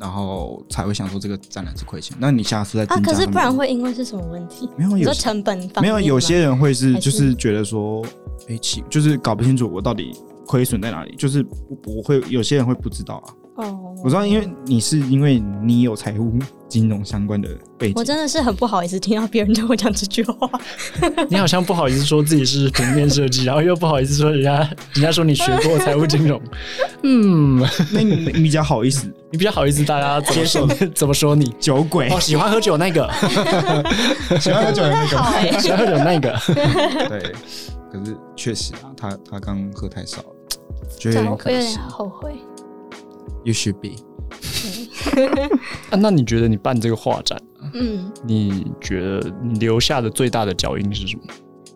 C: 然后才会想说这个展览是亏钱。那你下次再定
B: 啊，
C: 价
B: 可
C: 上面、
B: 是不然会因为是什么问题？
C: 没有
B: 你
C: 有
B: 说
C: 些
B: 成本方
C: 没
B: 面吗
C: 有有些人会是
B: 还是
C: 就是觉得说，哎、奇就是搞不清楚我到底亏损在哪里，就是我我会有些人会不知道啊。
B: 哦，
C: 我知道，因为你是因为你有财务金融相关的背景，
B: 我真的是很不好意思听到别人对我讲这句话。
A: 你好像不好意思说自己是平面设 计，然后又不好意思说人家，人家说你学过财务金融。嗯，
C: 那你你比较好意思
A: 你比较好意思大家怎么 说？怎么说你？
C: 酒鬼，
A: 哦，喜欢喝酒那个，
C: 喜欢喝酒的那
B: 好哎、
A: 喜欢喝酒那个，
C: 个，对。可是确实啊，他他刚喝 太少了，觉得
B: 讲
C: 有
B: 我
C: 点
B: 有
C: 可惜
B: 点。后悔。
C: You should be。
A: 啊那你觉得你办这个画展，
B: 嗯，
A: 你觉得你留下的最大的脚印是什么？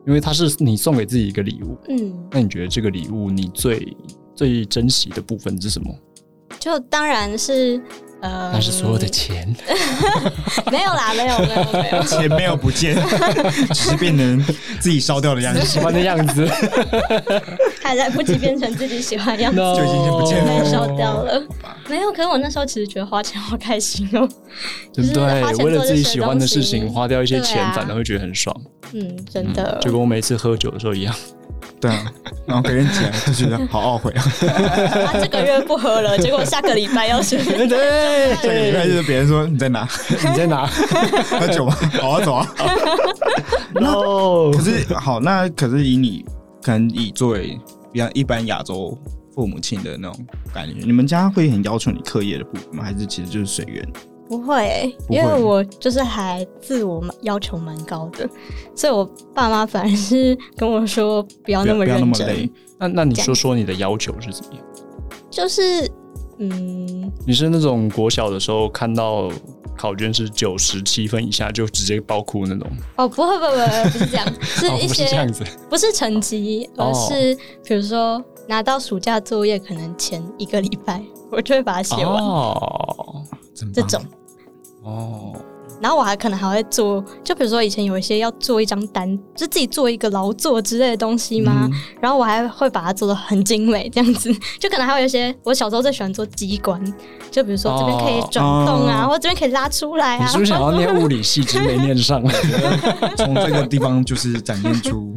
A: 因为它是你送给自己一个礼物，
B: 嗯，
A: 那你觉得这个礼物你最最珍惜的部分是什么？
B: 就当然是呃，
A: 那是所有的钱，
B: 没有啦，没有没有没有，
C: 钱没有不 见，只是变成自己烧掉的样
A: 喜
C: 子，
A: 欢的样 子，
B: 还来不及变成自己喜欢的样子，
C: 就已经不见
B: 被
C: 了
B: 烧掉。了。没有，可是我那时候其实觉得花钱好开心 哦。
A: 对不
B: 就是花
A: 对？
B: 钱做
A: 为了自己喜欢的事
B: 这些东
A: 情，
B: 西
A: 花掉一些钱
B: 对，啊
A: 反而会觉得很爽，
B: 嗯，真的。
A: 就跟我每次喝酒的时候一样。
C: 对啊，然后给人钱就觉得好懊悔 啊。
B: 啊，这个月不喝 了，结果下个礼拜要学。
A: 对，
C: 但
A: 对
C: 是别人说你在哪
A: 你在 哪？
C: 喝 酒吗？好啊，走啊。
A: 哦
C: 可，是好，那可是以你可能以作为比较一般亚洲父母亲的那种感觉，你们家会很要求你课业的部分吗？还是其实就是随缘？
B: 不会欸、
C: 不会
B: 因为我就是还自我蛮要求蛮高的，所以我爸妈反而是跟我说不要
C: 不
B: 那
C: 要
B: 么
C: 不要那
B: 认
C: 么
B: 真，
C: 累。
A: 那那你说说你的要求是怎么样？
B: 就是嗯，
A: 你是那种国小的时候看到考卷是九十七分以下就直接爆哭那种？
B: 哦，不会，不会，不会，不是 这样，是
A: 哦，
B: 一
A: 不是
B: 些
A: 这样子。
B: 不是成绩，
A: 哦
B: 而是比如说拿到暑假作业，可能前一个礼拜 我就会把它写完、
A: 哦
C: 真
B: 这
C: 棒
B: 种，
A: 哦，
B: 然后我还可能还会做，就比如说以前有一些要做一张单，就自己做一个劳作之类的东西嘛，
A: 嗯
B: 然后我还会把它做的很精美，这样子， 就可能还有一些我小时候最喜欢做机关，就比如说这边可以转动啊，
C: 哦
B: 或者这边可以拉出来
A: 你
B: 啊，
A: 是不是想要
B: 或者
A: 念物理系，只是没念上？
C: 从这个地方就是展现出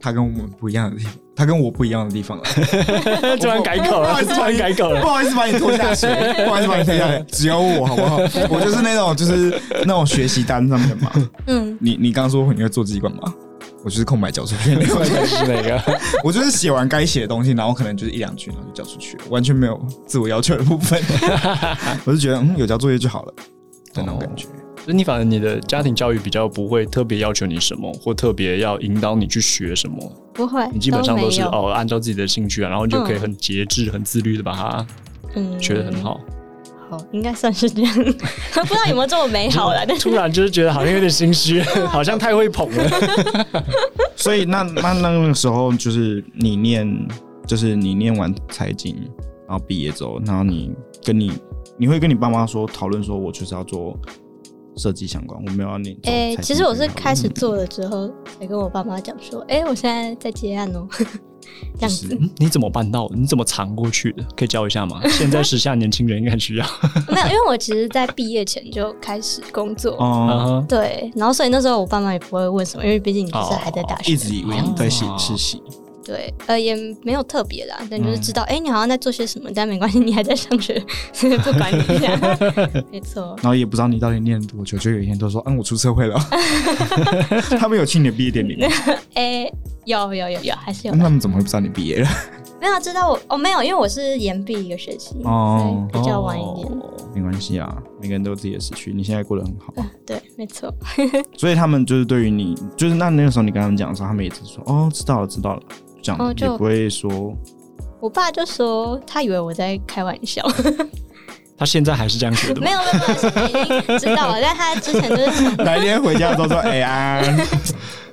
C: 他跟我们不一样的地方，他跟我不一样的地方了。
A: 突然改口了， 突然改口
C: 不
A: 了。
C: 好意思把你拖下水，不好意思把你拖下水，只有我好不 好？我就是那种就是那种学习单上面嘛。
B: 嗯，
C: 你你刚说你会做机关吗？我就是空白交出去那
A: 到
C: 种
A: 底是哪个？
C: 我就是写完该写的东西，然后可能就是一两句，然后就交出去，完全没有自我要求的部 分。我就觉得，嗯，有交作业就好了的那种感觉。
A: 就你反正你的家庭教育比较不会特别要求你什么，或特别要引导你去学什么，
B: 不会，
A: 你基本上都是
B: 没有，
A: 哦按照自己的兴趣啊，然后你就可以
B: 嗯
A: 很节制、很自律的把它
B: 嗯
A: 学得很。好。
B: 好，应该算是这样， 不知道有没有这么美好了，但 是
A: 突然就是觉得好像有点心 虚，好像太会捧了。
C: 所以那那那个时候，就是你念，就是你念完财经，然后毕业之后，然后你跟你，你会跟你爸妈说讨论说，我就是要做设计相关，我没有要念做财经相关。
B: 诶、哎其实我是开始
C: 嗯
B: 做了之后，才跟我爸妈讲说，诶、我现在在接案哦、这样子。
A: 嗯你怎么办到的？你怎么藏过去的？可以教一下 吗？现在时下年轻人应该很需 要。
C: 啊
B: 没有，因为我其实，在毕业前就开始工作。
A: 啊
C: 哦，
A: 哈
B: 对，然后所以那时候我爸妈也不会问什么，因为毕竟
C: 哦
B: 就是还在大学，
C: 一直以为你在写实习，
B: 对，呃，也没有特别啦，但
C: 嗯
B: 就是知道，哎、你好像在做些什么，但没关系，你还在上学，所以不管你一 下，没错，
C: 然后也不知道你到底念了多久，就有一天都说，嗯，我出社 会了。他们有去你的毕业典礼吗？
B: 哎、有有有有，还是有
C: 那
B: 的，
C: 他们怎么会不知道你毕业了？
B: 没有知道我哦，没有，因为我是延毕一个学期，
C: 哦
B: 所以比较晚一点，
A: 哦
C: 没关系啊，每个人都有自己的时区，你现在过得很好。
B: 对，没错，
C: 所以他们就是对于你，就是那那个时候你跟他们讲的时候，他们也只是说哦，知道了，知道了，这样、
B: 哦
C: 也
B: 就
C: 不会说
B: 我爸就说他以为我在开玩笑，
A: 他现在还是这样学的吗
B: 没？有没有，没有现在已经知道了，但他之前就是想
C: 哪一天回家之后说哎呀，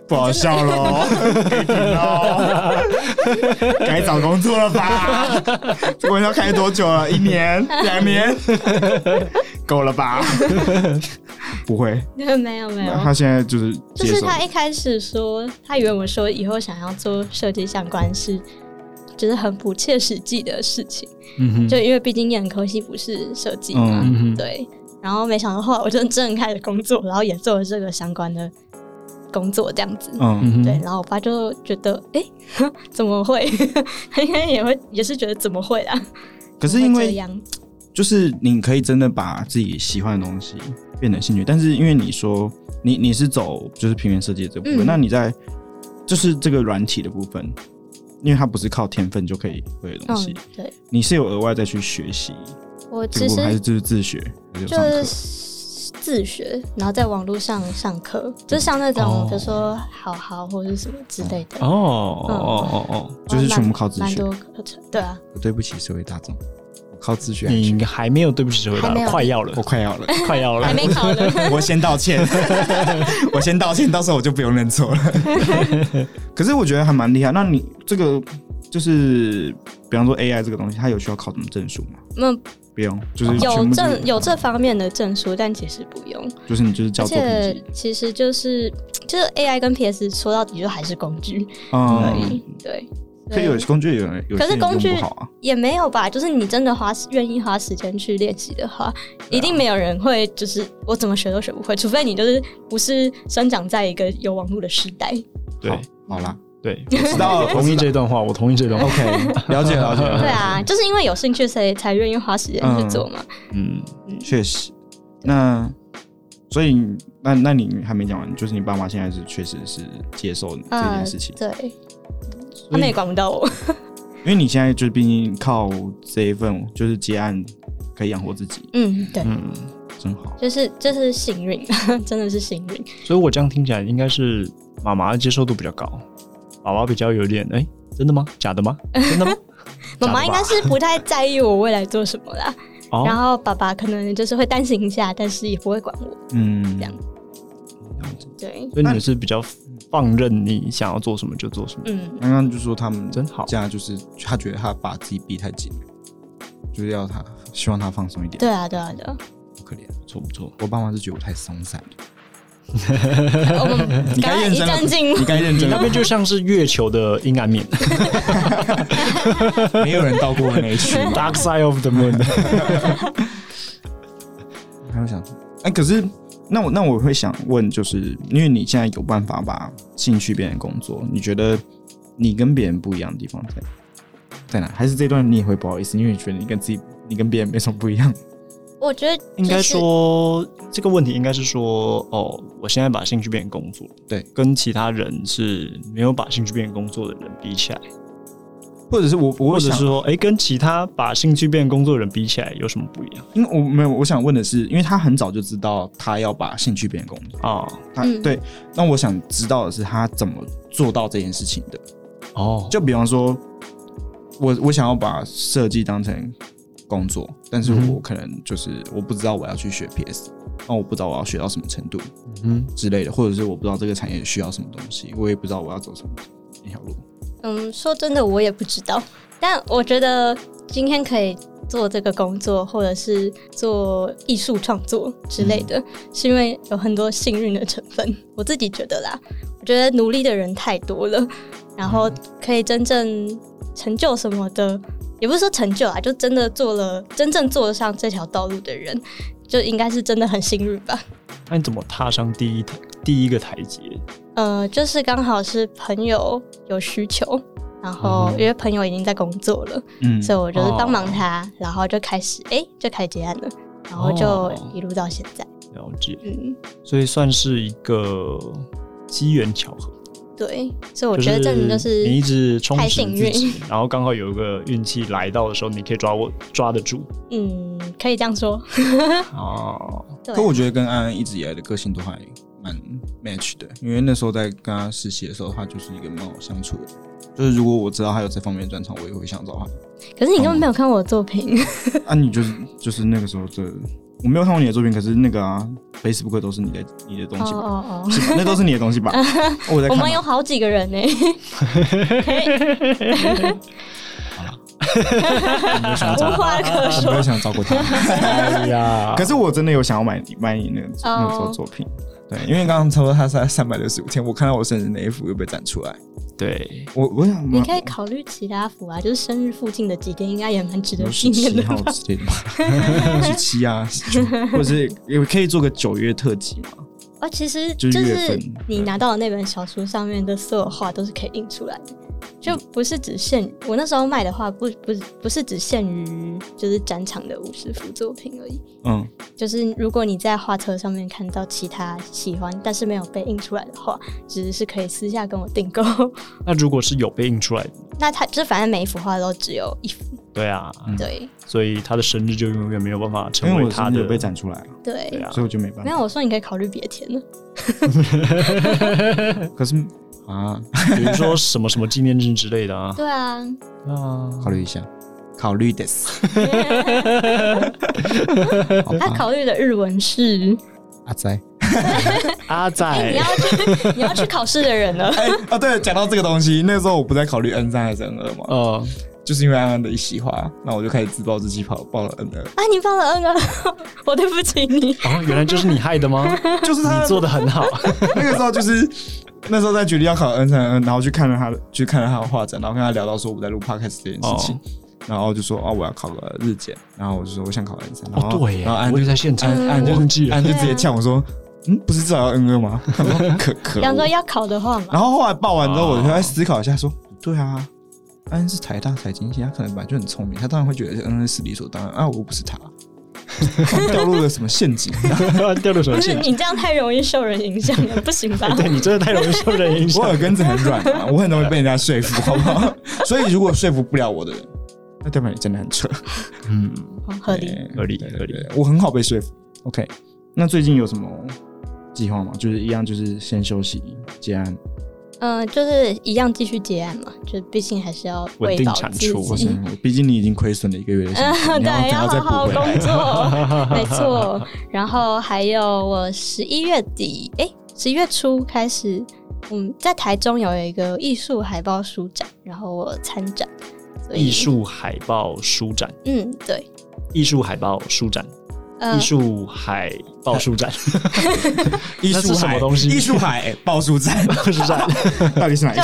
C: 不好笑喽，可以停喽， 该找工作了吧？这玩笑开多久了？一年、两年， 够了吧？ 不会，
B: 没有没有，
C: 他现在就是
B: 就
C: 接
B: 是
C: 受了。
B: 他一开始说，他以为我说以后想要做设计相关是，就是很不切实际的事情，
A: 嗯哼
B: 就因为毕竟念的科系不是设计嘛，
A: 嗯哼
B: 对。然后没想到后来我就真的开始工作，然后也做了这个相关的工作，这样子。
C: 嗯，
A: 哼
B: 对，然后我爸就觉得，哎、怎么会？ 他应该也会也是觉得怎么会啊？
C: 可是
B: 怎
C: 因
B: 么会
C: 为
B: 这样，
C: 就是你可以真的把自己喜欢的东西变成兴趣，但是因为你说你你是走就是平面设计的这部分，
B: 嗯
C: 那你在就是这个软体的部分，因为它不是靠天分就可以会的东西，
B: 嗯，对
C: 你是有额外再去学习
B: 我
C: 这
B: 其
C: 个部
B: 实
C: 分，还是就是自学，还是有
B: 就
C: 上课？
B: 是自学，然后在网络上上课，就上那
A: 哦
B: 种比如说好好或者是什么之类的，
A: 哦哦哦哦，
C: 就是全部靠自
B: 蛮
C: 学
B: 多。课程。对啊，
C: 我对不起社会大众，我靠自学还去，
A: 你还没有对不起社会大
B: 还没
A: 众，
B: 有
A: 快要了
C: 我，快要了，
A: 快要了
B: 还。没考 呢。
C: 我先道歉，我先道歉，到时候我就不用认错了。 可是我觉得还蛮厉害。那你这个就是，比方说 AI 这个东西，它有需要考什么证书吗？
B: 那
C: 不用，就是全
B: 有
C: 部就是
B: 证有这方面的证书，但其实不用。
C: 就是你就是叫
B: 而
C: 作品
B: 且
C: 集，
B: 其实就是就是 AI 跟 PS 说到底就还是工具而
C: 嗯
B: 已，，对。
C: 可以有工具有人有
B: 可是
C: 些人用
B: 工具
C: 不好啊，
B: 也没有吧，就是你真的花愿意花时间去练习的话，
C: 啊
B: 一定没有人会就是我怎么学都学不会，除非你就是不是生长在一个有网络的时代。
A: 对
C: 好啦
A: 对，
C: 我知道
A: 我同意这段话，我同意这段话。
C: ，OK，了解 了解，了解
B: 对，啊，就是因为有兴趣，所以才愿意花时间去做嘛。
A: 嗯，
C: 确实。那所以那那你还没讲完，就是你爸妈现在是确实是接受这
B: 嗯
C: 件事情，
B: 对，
A: 以
B: 他们也管不到我。
C: 因为你现在就毕竟靠这一份就是接案可以养活自己，
B: 嗯，对，
A: 嗯，
C: 真好。
B: 就是就是幸运， 真的是幸运。
A: 所以我这样听起来应该是妈妈的接受度比较高，爸爸比较有点哎，真的吗？假 的吗？真的吗？
B: 妈妈
A: 假的吧
B: 应该是不太在意我未来做什么啦，然
A: 哦，
B: 后爸爸可能就是会担心一下，但是也不会管我。
C: 嗯，
B: 这样对，
A: 所以你是比较放任你想要做什么就做什么，
B: 嗯，
C: 刚刚就说他们
A: 真好。
C: 家就是他觉得他把自己逼太紧了，就是要他希望他放松一点。
B: 对啊，对啊，对啊。
C: 好可怜，
A: 不错不错，
C: 我爸妈是觉得我太松散了。
B: 我们
C: 你
B: 刚刚
C: 该认
B: 一
C: 真了
B: 阵静
C: 你该认
A: 你
C: 真
A: 那
C: 了，
A: 边就像是月球的阴暗面
C: 没有人到过我那一区。
A: （Dark Side of the Moon）。
C: 还有想，哎、可是那我那我会想问，就是因为你现在有办法把兴趣变成工作，你觉得你跟别人不一样的地方在在哪？还是这段你也会不好意思，因为你觉得你跟自己你跟别人没什么不一样？
B: 我觉得、
A: 应该，说这个问题应该是说，哦，我现在把兴趣变成工作，
C: 对，
A: 跟其他人是没有把兴趣变成工作的人比起来，
C: 或者是我，
A: 或
C: 我
A: 者
C: 想
A: 是说，哎、跟其他把兴趣变成工作的人比起来有什么不一样
C: 因为我没有，我想问的是，因为他很早就知道他要把兴趣变成工作，
A: 啊？
C: 他、
B: 嗯
C: 对。那我想知道的是，他怎么做到这件事情的？
A: 哦，
C: 就比方说，我我想要把设计当成工作，但是
A: 嗯
C: 我
A: 哼
C: 可能就是我不知道我要去学 PS，那我不知道我要学到什么程度
A: 嗯，
C: 之类的，或者是我不知道这个产业需要什么东西，我也不知道我要走什么一条路。
B: 嗯，说真的，我也不知道。但我觉得今天可以做这个工作，或者是做艺术创作之类的，是因为有很多幸运的成分。我自己觉得啦，我觉得努力的人太多了，然后可以真正成就什么的，也不是说成就啊，就真的做了，真正做上这条道路的人，就应该是真的很幸运吧。
A: 那你怎么踏上第一台第一个台阶？
B: 呃，就是刚好是朋友有需求，然后
A: 嗯
B: 因为朋友已经在工作了，
C: 嗯
B: 所以我就是帮忙
A: 哦
B: 他，然后就开始哎、就开始结案了，然后就
A: 哦
B: 一路到现在。
A: 了解，
B: 嗯，
A: 所以算是一个机缘巧合。
B: 对，所以我觉得这种就
A: 你一
B: 是
A: 直充
B: 太
A: 实
B: 幸
A: 自己，然后刚好有一个运气来到的时候，你可以抓握抓得 住。
B: 嗯，可以这样说。
A: 哦，
B: 对
C: 可，我觉得跟安安一直以来的个性都还蛮 match 的，因为那时候在跟他实习的时候，他就是一个蛮好相处的人。就是如果我知道他有这方面的专长，我也会想找
B: 可是你根本没有看我的作品，
C: 他。啊，你就是就是那个时候这，我没有看过你的作品，可是那个啊，Facebook 都是你的你的东
B: 哦
C: 西吧？
B: 哦哦，
C: 是吧？那都是你的东 西吧？我在
B: 我
C: 看
B: 们有
C: 嘛。
B: 好几个人呢、
C: 我没有想
B: 无
C: 找，
B: 话可
C: 我没
B: 说。
C: 有想照顾他。
A: 哎呀，
C: 可是我真的有想要买买你那个那时候作品。
B: 哦
C: 对，因为刚刚差不多他在三百六十五天，我看到我生日那一幅又被展出来，
A: 对，
C: 我我想
B: 你可以考虑其他服啊，就是生日附近的几天，应该也蛮值得
C: 有
B: 纪
C: 十
B: 念
C: 七
B: 的
C: 号
B: 吧。
C: 之类的吗？十七啊，19或者 是也可以做个九月特辑嘛？
B: 哦，其实
C: 就
B: 就是是
C: 月份
B: 你拿到的那本小书上面的所有画都是可以印出来的，就不是只限我那时候卖的画不不不是只限于就是展场的五十幅作品而已，
C: 嗯，
B: 就是如果你在画册上面看到其他喜欢但是没有被印出来的画，其实是可以私下跟我订购。
A: 那如果是有被印出来的，
B: 那它就是反正每一幅画都只有一幅，
A: 对啊，
B: 对
A: 所以他的生日就永远没有办法
C: 嗯因
A: 成
C: 为
A: 为
C: 我
A: 他
C: 真的
A: 的
C: 有被展出来啊，
A: 对
B: 对。
A: 啊
C: 所以我就没办
B: 没
C: 法。
B: 有，我说你可以考虑别填了。
C: 可是啊，
A: 比如说什么什么纪念日之类的啊。
B: 对啊，
A: 啊，
C: 考虑一下，考虑的。好
B: 他
C: 吧，
B: 考虑的日文是
C: 阿仔
A: 阿仔，
B: 哎、你要去你要去考试的人 了。
C: 哎啊，对，讲到这个东西，那时候我不在考虑 N 三还是 N 二嘛，
A: 呃，
C: 就是因为安安的一席话，那我就开始自暴自弃，跑报了 N 二，
B: 啊，你放了 N 个，我对不起你。
A: 哦，原来就是你害的吗？
C: 就是他哦
A: 你做的很好，
C: 那个时候就是那时候在决定要考 N 三 N，然后去看了他的，去看了他的画展，然后跟他聊到说我在录 podcast 这件事
A: 哦
C: 情，然后就说哦我要考个日检，然后我就说我想考 N 三，然
A: 哦，
C: 后、
A: 对耶，啊
C: 然后安
A: 我也在现场，
B: 嗯
A: 我忘记了
C: 安就直接呛我说，嗯，不是至少要 N 二吗？他说可可 恶。
B: 两个要考的话嘛，
C: 然后后来报完之后，我
A: 哦
C: 就在思考一下说，对啊。安是台大财经系，他可能本来就很聪明，他当然会觉得 N 是理所当然啊，我又不是他， 掉入了什么陷阱？
A: 掉入什么
B: 不是
A: 陷阱？
B: 你这样太容易受人影响了，不行吧？
A: 对你真的太容易受人影响
C: 我耳。根子很软啊，我很容易被人家说服，好不好？ 所以如果说服不了我的人，那代表你真的很扯，
A: 嗯，
B: 哦合理。
C: 对
A: 合理
C: 对
A: 合理
C: 对对我很好被说服。OK，那最近有什么计划吗？就是一样，就是先休息结案，
B: 嗯、就是一样继续结案嘛，就毕竟还是要喂饱
A: 稳定产
B: 自己。
A: 出
C: 我是毕竟你已经亏损了一个月的薪水，
B: 嗯，
C: 你
B: 对
C: 要，你
B: 要
C: 再
B: 好
C: 补
B: 好
C: 回来
B: 工。作，没错。然后还有我十一月底，哎、1十一月初开始，嗯，在台中有一个艺术海报书展，然后我参展。所以
A: 艺，术海报书展，
B: 嗯，对，
A: 艺术海报书展，
B: 呃
A: 艺，术海报书 展，
C: 艺
A: 那
C: 术
A: 是什么
C: 海
A: 东西
C: 艺术海哎爆书 站，
A: 报书展。
C: 到底是哪一个？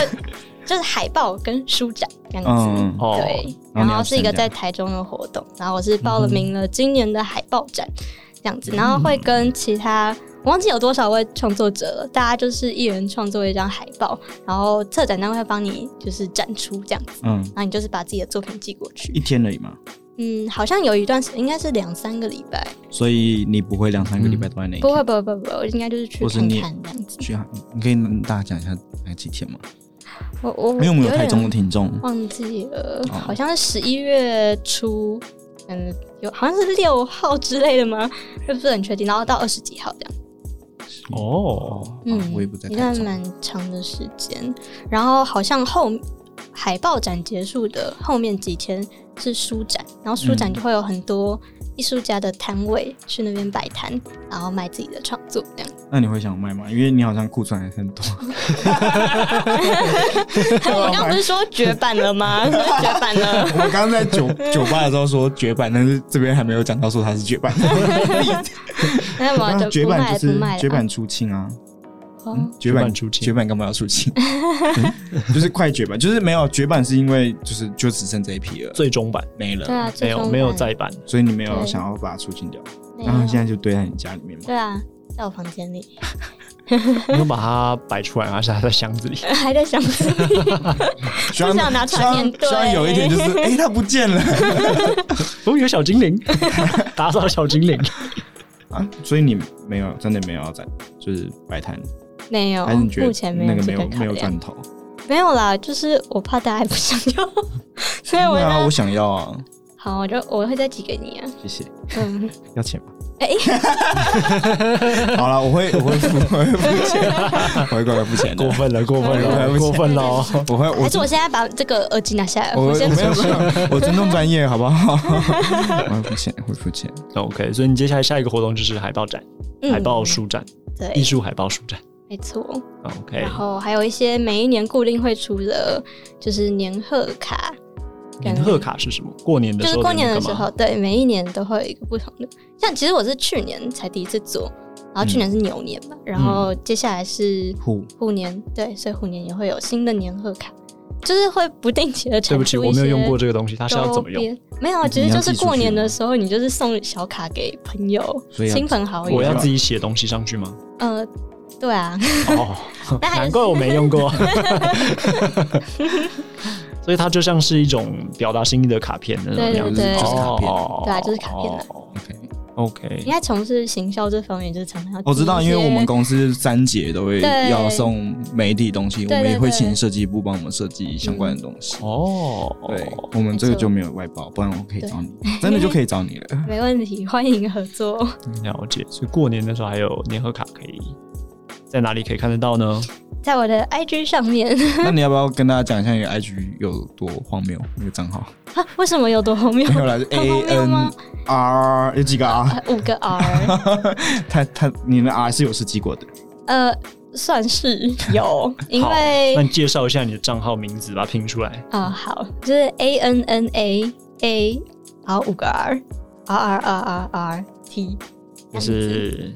B: 就是海报跟书展这样子。
C: 嗯，
A: 哦，
B: 对，
C: 然
B: 然
C: 后你要
B: 后是一个
C: 参加
B: 在台中的活动，然后我是报了名
C: 嗯
B: 了今年的海报展，这样子，然后会跟其他我忘记有多少位创作者了，大家就是一人创作一张海报，然后策展单位会帮你就是展出这样子，
C: 嗯，
B: 然后你就是把自己的作品寄过去
C: 一，天而已嘛。
B: 嗯，好像有一段时应该是两三个礼拜，
C: 所以你不会两三个礼拜都在那里、
B: 不会，不会，不会，不会，应该就是去
C: 或是
B: 看
C: 你
B: 看这样子。
C: 去啊，你可以跟大家讲一下哪几天吗？
B: 我我
C: 因为我们有台中
B: 点
C: 的听众，
B: 忘记了，
C: 哦
B: 好像是十一月初，嗯，有好像是六号之类的吗？ 就不是很确定。然后到二十几号这样，
A: 哦，
B: 嗯，
C: 啊我也不在
B: 一
C: 台
B: 段
C: 中。
B: 蛮长的时间。然后好像后海报展结束的后面几天是书展，然后书
C: 嗯
B: 展就会有很多艺术家的摊位去那边摆摊，然后卖自己的创作 这样。
C: 那你会想卖吗？因为你好像库存还很多。
B: 哎我刚刚不是说绝版了 吗？是不是绝版了。
C: 我刚刚在 酒酒吧的时候说绝版，但是这边还没有讲到说它是绝 版。
B: 那么就
C: 绝
B: 不卖
C: 版
B: 了，
C: 就
B: 不
C: 是
B: 卖了。
C: 绝版出清啊，
B: 哦
C: 绝
A: 绝
C: 版
A: 版出清
C: 绝版干嘛要 出清？就是快绝版，就是没有绝版是因为就是就只剩这一批了，
A: 最终版
C: 没
B: 对
C: 了，
B: 啊，
A: 没
B: 最
A: 有
B: 终
A: 没有
B: 版
A: 再 版，
C: 所以你没有
B: 对啊
C: 想要把它出清掉，
B: 没有
C: 然后啊现在就堆在你家里 面嘛。
B: 对啊，在我房间里，
A: 你有把它摆出来吗，而是它在箱子里。
B: 还在想自 己
C: 希望
B: 不想拿
C: 希
B: 出来
C: 望
B: 面对
C: 希望有一 天就是哎，它不见了
A: 哦，有小精灵，打扫小精灵。
C: 啊，所以你没有真的没有要在就是摆摊，
B: 没有，
C: 还是你觉
B: 哦目
C: 得
B: 前没
C: 那
B: 有
C: 个
B: 这
C: 没
B: 个
C: 有
B: 考
C: 没有
B: 量，
C: 赚头？
B: 没有啦，就是我怕大家还不想要， 所以我
C: 对啊，
B: 呢
C: 我，想要啊，
B: 好，我就我会再寄给你啊，
C: 谢谢，
B: 嗯，
C: 要钱吗？
B: 哎，
C: 好了，我会我会付我会付 钱，我会乖乖付钱的
A: 过。分了，过分
C: 对不
A: 了，
C: 起
A: 过分了哦！
C: 我 会
B: 还
C: 我
B: 是我现在把这个耳机拿下来，
C: 我
B: 我
C: 会
B: 先
C: 我没有没有，我尊重专业，好不 好？我会付钱，我会付钱。
A: 哦 OK，所以你接下来下一个活动就是海报展、
B: 嗯
A: 海报书哎展、艺
B: 对，
A: 术海报书展。
B: 没错，
A: OK，
B: 然后还有一些每一年固定会出的，就是年贺卡，
A: 年贺卡是什么？过年的
B: 就
A: 时
B: 是
A: 候
B: 过年的时
A: 那个
B: 候，
A: 吗，
B: 对，每一年都会有一个不同的。像其实我是去年才第一次做，然后
A: 嗯
B: 去年是牛年嘛，然后接下来是
C: 虎
B: 虎年，对，所以虎年也会有新的年贺卡，就是会不定期的
A: 对
B: 产
A: 不起，
B: 出
A: 我
B: 一
A: 没有
B: 些
A: 用过这个东西，它是要
B: 周
A: 怎么用？
B: 边。没有，其
C: 你
B: 实
C: 要
B: 就
C: 寄
B: 是
C: 出
B: 过
C: 去
B: 年
C: 吗
B: 的时候，你就是送小卡给朋友、
C: 所以要
B: 亲朋好友。
A: 我要自己写东西上去吗？
B: 呃，对啊，
A: 哦，
B: 那还是
A: 难怪我没用 过。所以它就像是一种表达心意的卡片的那种
B: 对
A: 样子，
B: 对对
C: 就是卡片
A: 哦
B: 对啊就是卡片啊
A: 哦
C: OK，
B: 应
A: OK，
B: 该从事行销这方面，就是常常要
C: 我知道，
B: 寄
C: 因
B: 一
C: 为我们
B: 些
C: 公司三节都会
B: 对
C: 要送媒体东西，我
B: 对
C: 们也会
B: 对对
C: 请设计部帮我们设计相关的东西。
A: 哦，
C: 对，我们这个就没有外包，不然我可以找你，真的就可以找你 了。
B: 没问题，欢迎合作。
A: 了解。所以过年的时候还有年贺卡可以在哪里可以看得到呢？
B: 在我的 IG 上面
C: 那你要不要跟大家讲一下你的 IG 有多荒谬？那个账 号
B: 啊，为什么有多荒谬
C: 没？有啦，是
B: 很荒
C: A
B: 谬
C: N
B: 吗
C: R 有几个 R？
B: 五个 R，
C: 他他你的 R 是有设计过的，
B: 呃，算是 有，因
A: 好
B: 为
A: 那你介绍一下你的账号名字，把它拼出来。
B: 啊、好，就是 A N N A A，然后五个 R，R R R R R T，
A: 就是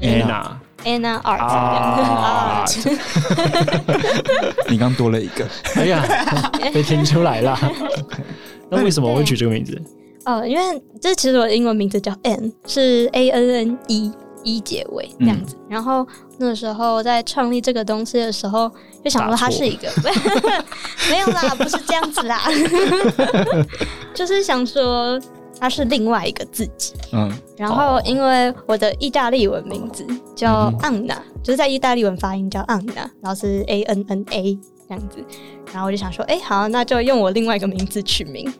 C: Anna
A: Anna
B: Anna
A: 啊
B: Art，这样 Art
C: 你刚多了一 个。
A: 哎呀，被听出来了。那为什么会取这个名字？
B: 哦，因为这其实我的英文名字叫 N，是 A N N E。一结尾这样子，然后那时候在创立这个东西的时候，就想说它是一个 没有啦，不是这样子啦， 就是想说它是另外一个自己。
C: 嗯，
B: 然后因为我的意大利文名字
C: 嗯
B: 叫安娜，就是在意大利文发音叫安娜，然后是 A N N A 这样子，然后我就想说，哎、好，那就用我另外一个名字取名。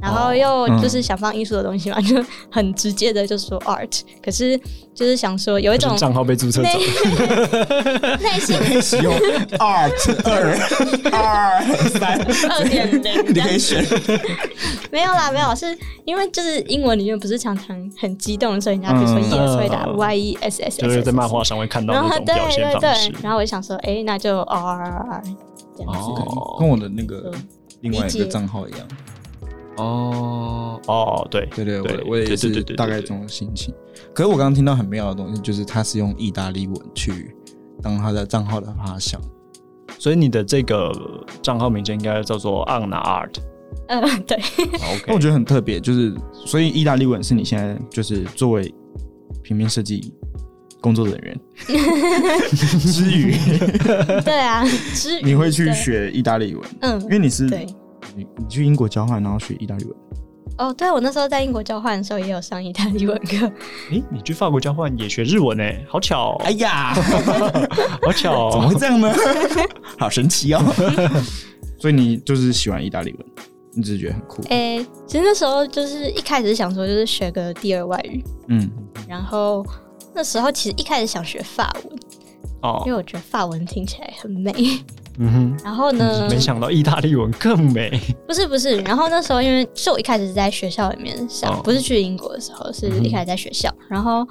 B: 然后又就是想放艺术的东
C: 哦嗯
B: 西嘛，就很直接的就说 art，可是就是想说有一
A: 就
B: 种
A: 是账号被注册
B: 内
A: 走，
B: 内心
C: 有 Art 二二三，
B: 二点 零
C: 你
B: 这样
C: 可以选。
B: 没有啦，没有，是因为就是英文里面不是常常很激动，所以人家比如说
C: 嗯
B: yes 会打
A: 嗯
B: y e s s，
A: 就是在漫画上会看到
B: 然
A: 那
B: 后
A: 种
B: 啊对
A: 表现
B: 对
A: 方
B: 对
A: 式，。
B: 然后我就想说，哎、那就 R R R 这样子。
A: 哦
C: 跟我的那个
B: 嗯
C: 另外一
B: 理
C: 个
B: 解
C: 账号一样。
A: 哦哦，对
C: 对对，
A: 对，
C: 我我也
A: 对对
C: 是
A: 对对
C: 大概
A: 对
C: 这种心情。可是我刚刚听到很妙的东西，就是他是用意大利文去当他的账号的发想。
A: 所以你的这个账号名称应该叫做 Anna Art。
B: 嗯、对，
C: 那我
A: 啊 OK，
C: 觉得很特别，就是所以意大利文是你现在就是作为平面设计工作人 员之余，
B: 对啊，之余
C: 你会去
B: 对
C: 学意大利文，因
B: 嗯，
C: 为你是
B: 对，
C: 你你去英国交换，然后学意大利文，
B: 哦，对我那时候在英国交换的时候也有上意大利文课，
A: 诶，你去法国交换也学日文诶，好巧哦，
C: 哎呀，
A: 好巧
C: 怎么
A: 哦。
C: 会 这样呢？好神奇哦！ 所以你就是喜欢意大利文，你只是觉得很酷。
B: 诶、其实那时候就是一开始想说就是学个第二外语，
C: 嗯，
B: 然后那时候其实一开始想学法文，因
A: 哦，
B: 为我觉得法文听起来很美。
A: 嗯
B: 然后呢
A: 哼，，没想到意大利文更美。
B: 不是不是，然后那时候因为是我一开始是在学校里面上，
A: 哦
B: 不是去英国的时候，是
A: 嗯哼
B: 一开始在学校，然后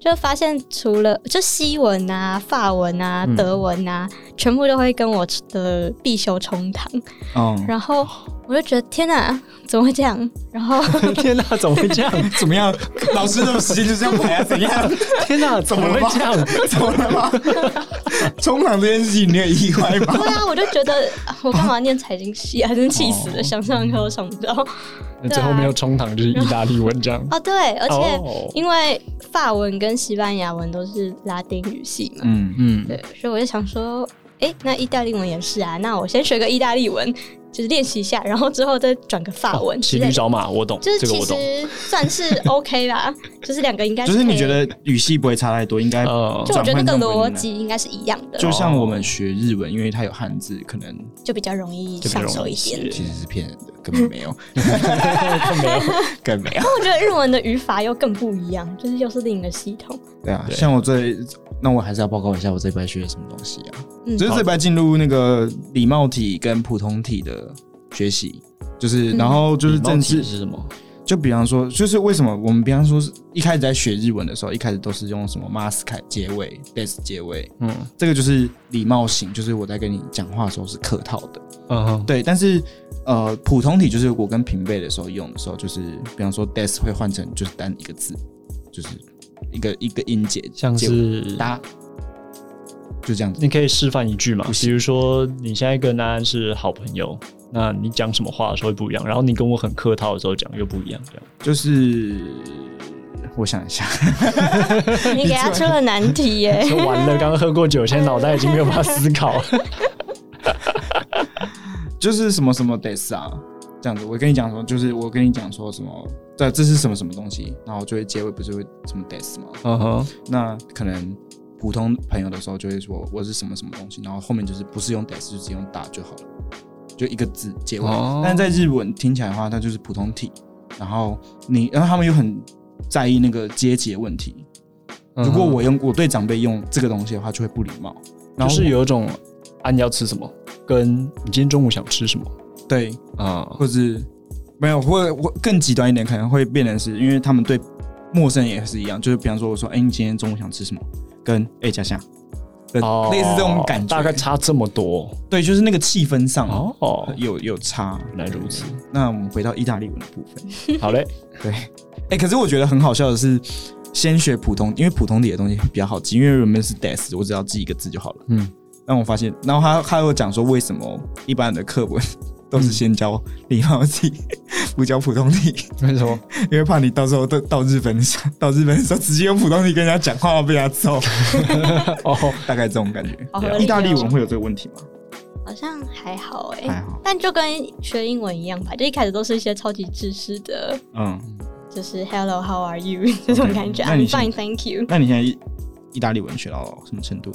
B: 就发现除了就西文啊、法文啊、
A: 嗯嗯
B: 德文啊，全部都会跟我的必修冲堂，
C: 哦，
B: 然后我就觉得天哪，怎么会这样？然 后
A: 天哪，怎么会 这样？
C: 怎么样？老师的时间就这样排啊？怎样？
A: 天哪，怎么会这样？
C: 怎么了吗？冲浪这件事情你有意外吗？
B: 对啊，我就觉得啊我干嘛念财经系啊，真是气死了，
C: 哦
B: 想上课都上不到。
A: 那 最后面又冲堂就是意大利文这 样。
B: 哦，对，而且
A: 哦
B: 因为法文跟西班牙文都是拉丁语系嘛，
C: 嗯，
A: 嗯，
B: 对，所以我就想说，诶，那意大利文也是啊，那我先学个意大利文，就是练习一下，然后之后再转个法
C: 哦
B: 文之
A: 骑
B: 类
A: 驴
B: 的。
A: 找马，我懂，
B: 就是
A: 这个
B: 其
A: 我懂。
B: 实算是 OK 啦，就是两个应该
C: 就是
B: 可以
C: 你觉，得语系不会差太多，应该
A: 呃
B: 就我觉得那
C: 转换
B: 个
C: 成文
B: 逻
C: 呢
B: 辑应该是一样的，
C: 就
B: 就
C: 像我们学日文，因为它有汉字，可能
B: 比较容易
A: 就比较
B: 上手
A: 容易
B: 一点。
A: 写
C: 其实是骗人的，根本没有，
A: 没有
C: 根本没有。
B: 但我觉得日文的语法又更不一样，就是又是另一个系 统。
C: 对啊，
A: 对
C: 像我这，那我还是要报告一下我这一班学了什么东西啊。
B: 嗯
C: 就是这班进入那个礼貌体跟普通体的学习，就是
B: 嗯
C: 然后就是
A: 礼貌
C: 政
A: 体
C: 治，
A: 是什么？
C: 就比方说，就是为什么我们比方说是一开始在学日文的时候，一开始都是用什么 mas 开结尾，des 结尾，
A: 嗯
C: 这个就是礼貌型，就是我在跟你讲话的时候是客套的。
A: 嗯哼，
C: 对，但是呃，普通体就是我跟平辈的时候用的时候，就是比方说 des 会换成就是单一个字，就是一个一个音节，
A: 像
C: 结尾
A: 是
C: 哒，就这样子。
A: 你可以示范一句嘛？
C: 不行
A: 比如说你现在跟安安是好朋友，那你讲什么话的时候会不一样，然后你跟我很客套的时候讲又不一样，这 样。
C: 就是我想一下，
B: 你给他出了难题 耶、
A: 就完了，刚刚喝过酒，现在脑袋已经没有办法思 考了。
C: 就是什么什么 des 啊，这样子。我跟你讲说，就是我跟你讲说什么，这这是什么什么东西，然后就会结尾不是会什么 des 吗？
A: 嗯哼，
C: 那可能普通朋友的时候就会说我是什么什么东西，然后后面就是不是用 des 就直接用大就好了，就一个字结尾。
A: 哦
C: 但在日文听起来的话，它就是普通体。然后你，然后他们又很在意那个阶级的问题。如
A: 嗯
C: 果我用我对长辈用这个东西的话，就会不礼貌。然
A: 就
C: 后
A: 是有一种安要吃什么，跟你今天中午想吃什么
C: 对
A: 啊？
C: 或是没有，或或更极端一点，可能会变成是因为他们对陌生人也是一样，就是比方说我说，哎、你今天中午想吃什么？跟哎、家乡，对
A: 哦
C: 类似这种感觉，
A: 大概差这么多
C: 对，就是那个气氛上哦，
A: 哦。
C: 有有差。
A: 原来如此，
C: 那我们回到意大利文的部分，
A: 好 嘞，
C: 对，哎、可是我觉得很好笑的是。先学普通，因为普通底的东西比较好记，因为原本是 des，我只要记一个字就好了。
A: 嗯，
C: 但我发现，然后他他又讲说，为什么一般的课文 都
A: 嗯
C: 是先教礼貌体， 不教普通体？
A: 为什么？
C: 因为怕你到时候到到日本上，到日本的时候直接用普通话跟人家讲话被人家揍，
A: 哦，
C: 大概这种感觉。
B: 好合理哦
C: 啊意大利文会有这个问题吗？
B: 好像还好哎、
C: 还好，
B: 但就跟学英文一样吧，就一开始都是一些超级知识的，
C: 嗯。
B: 就是 Hello how are you 这种感觉。
C: 那你
B: I'm
C: 先
B: fine, thank you。
C: 那你现在意意大利文学到什么程度？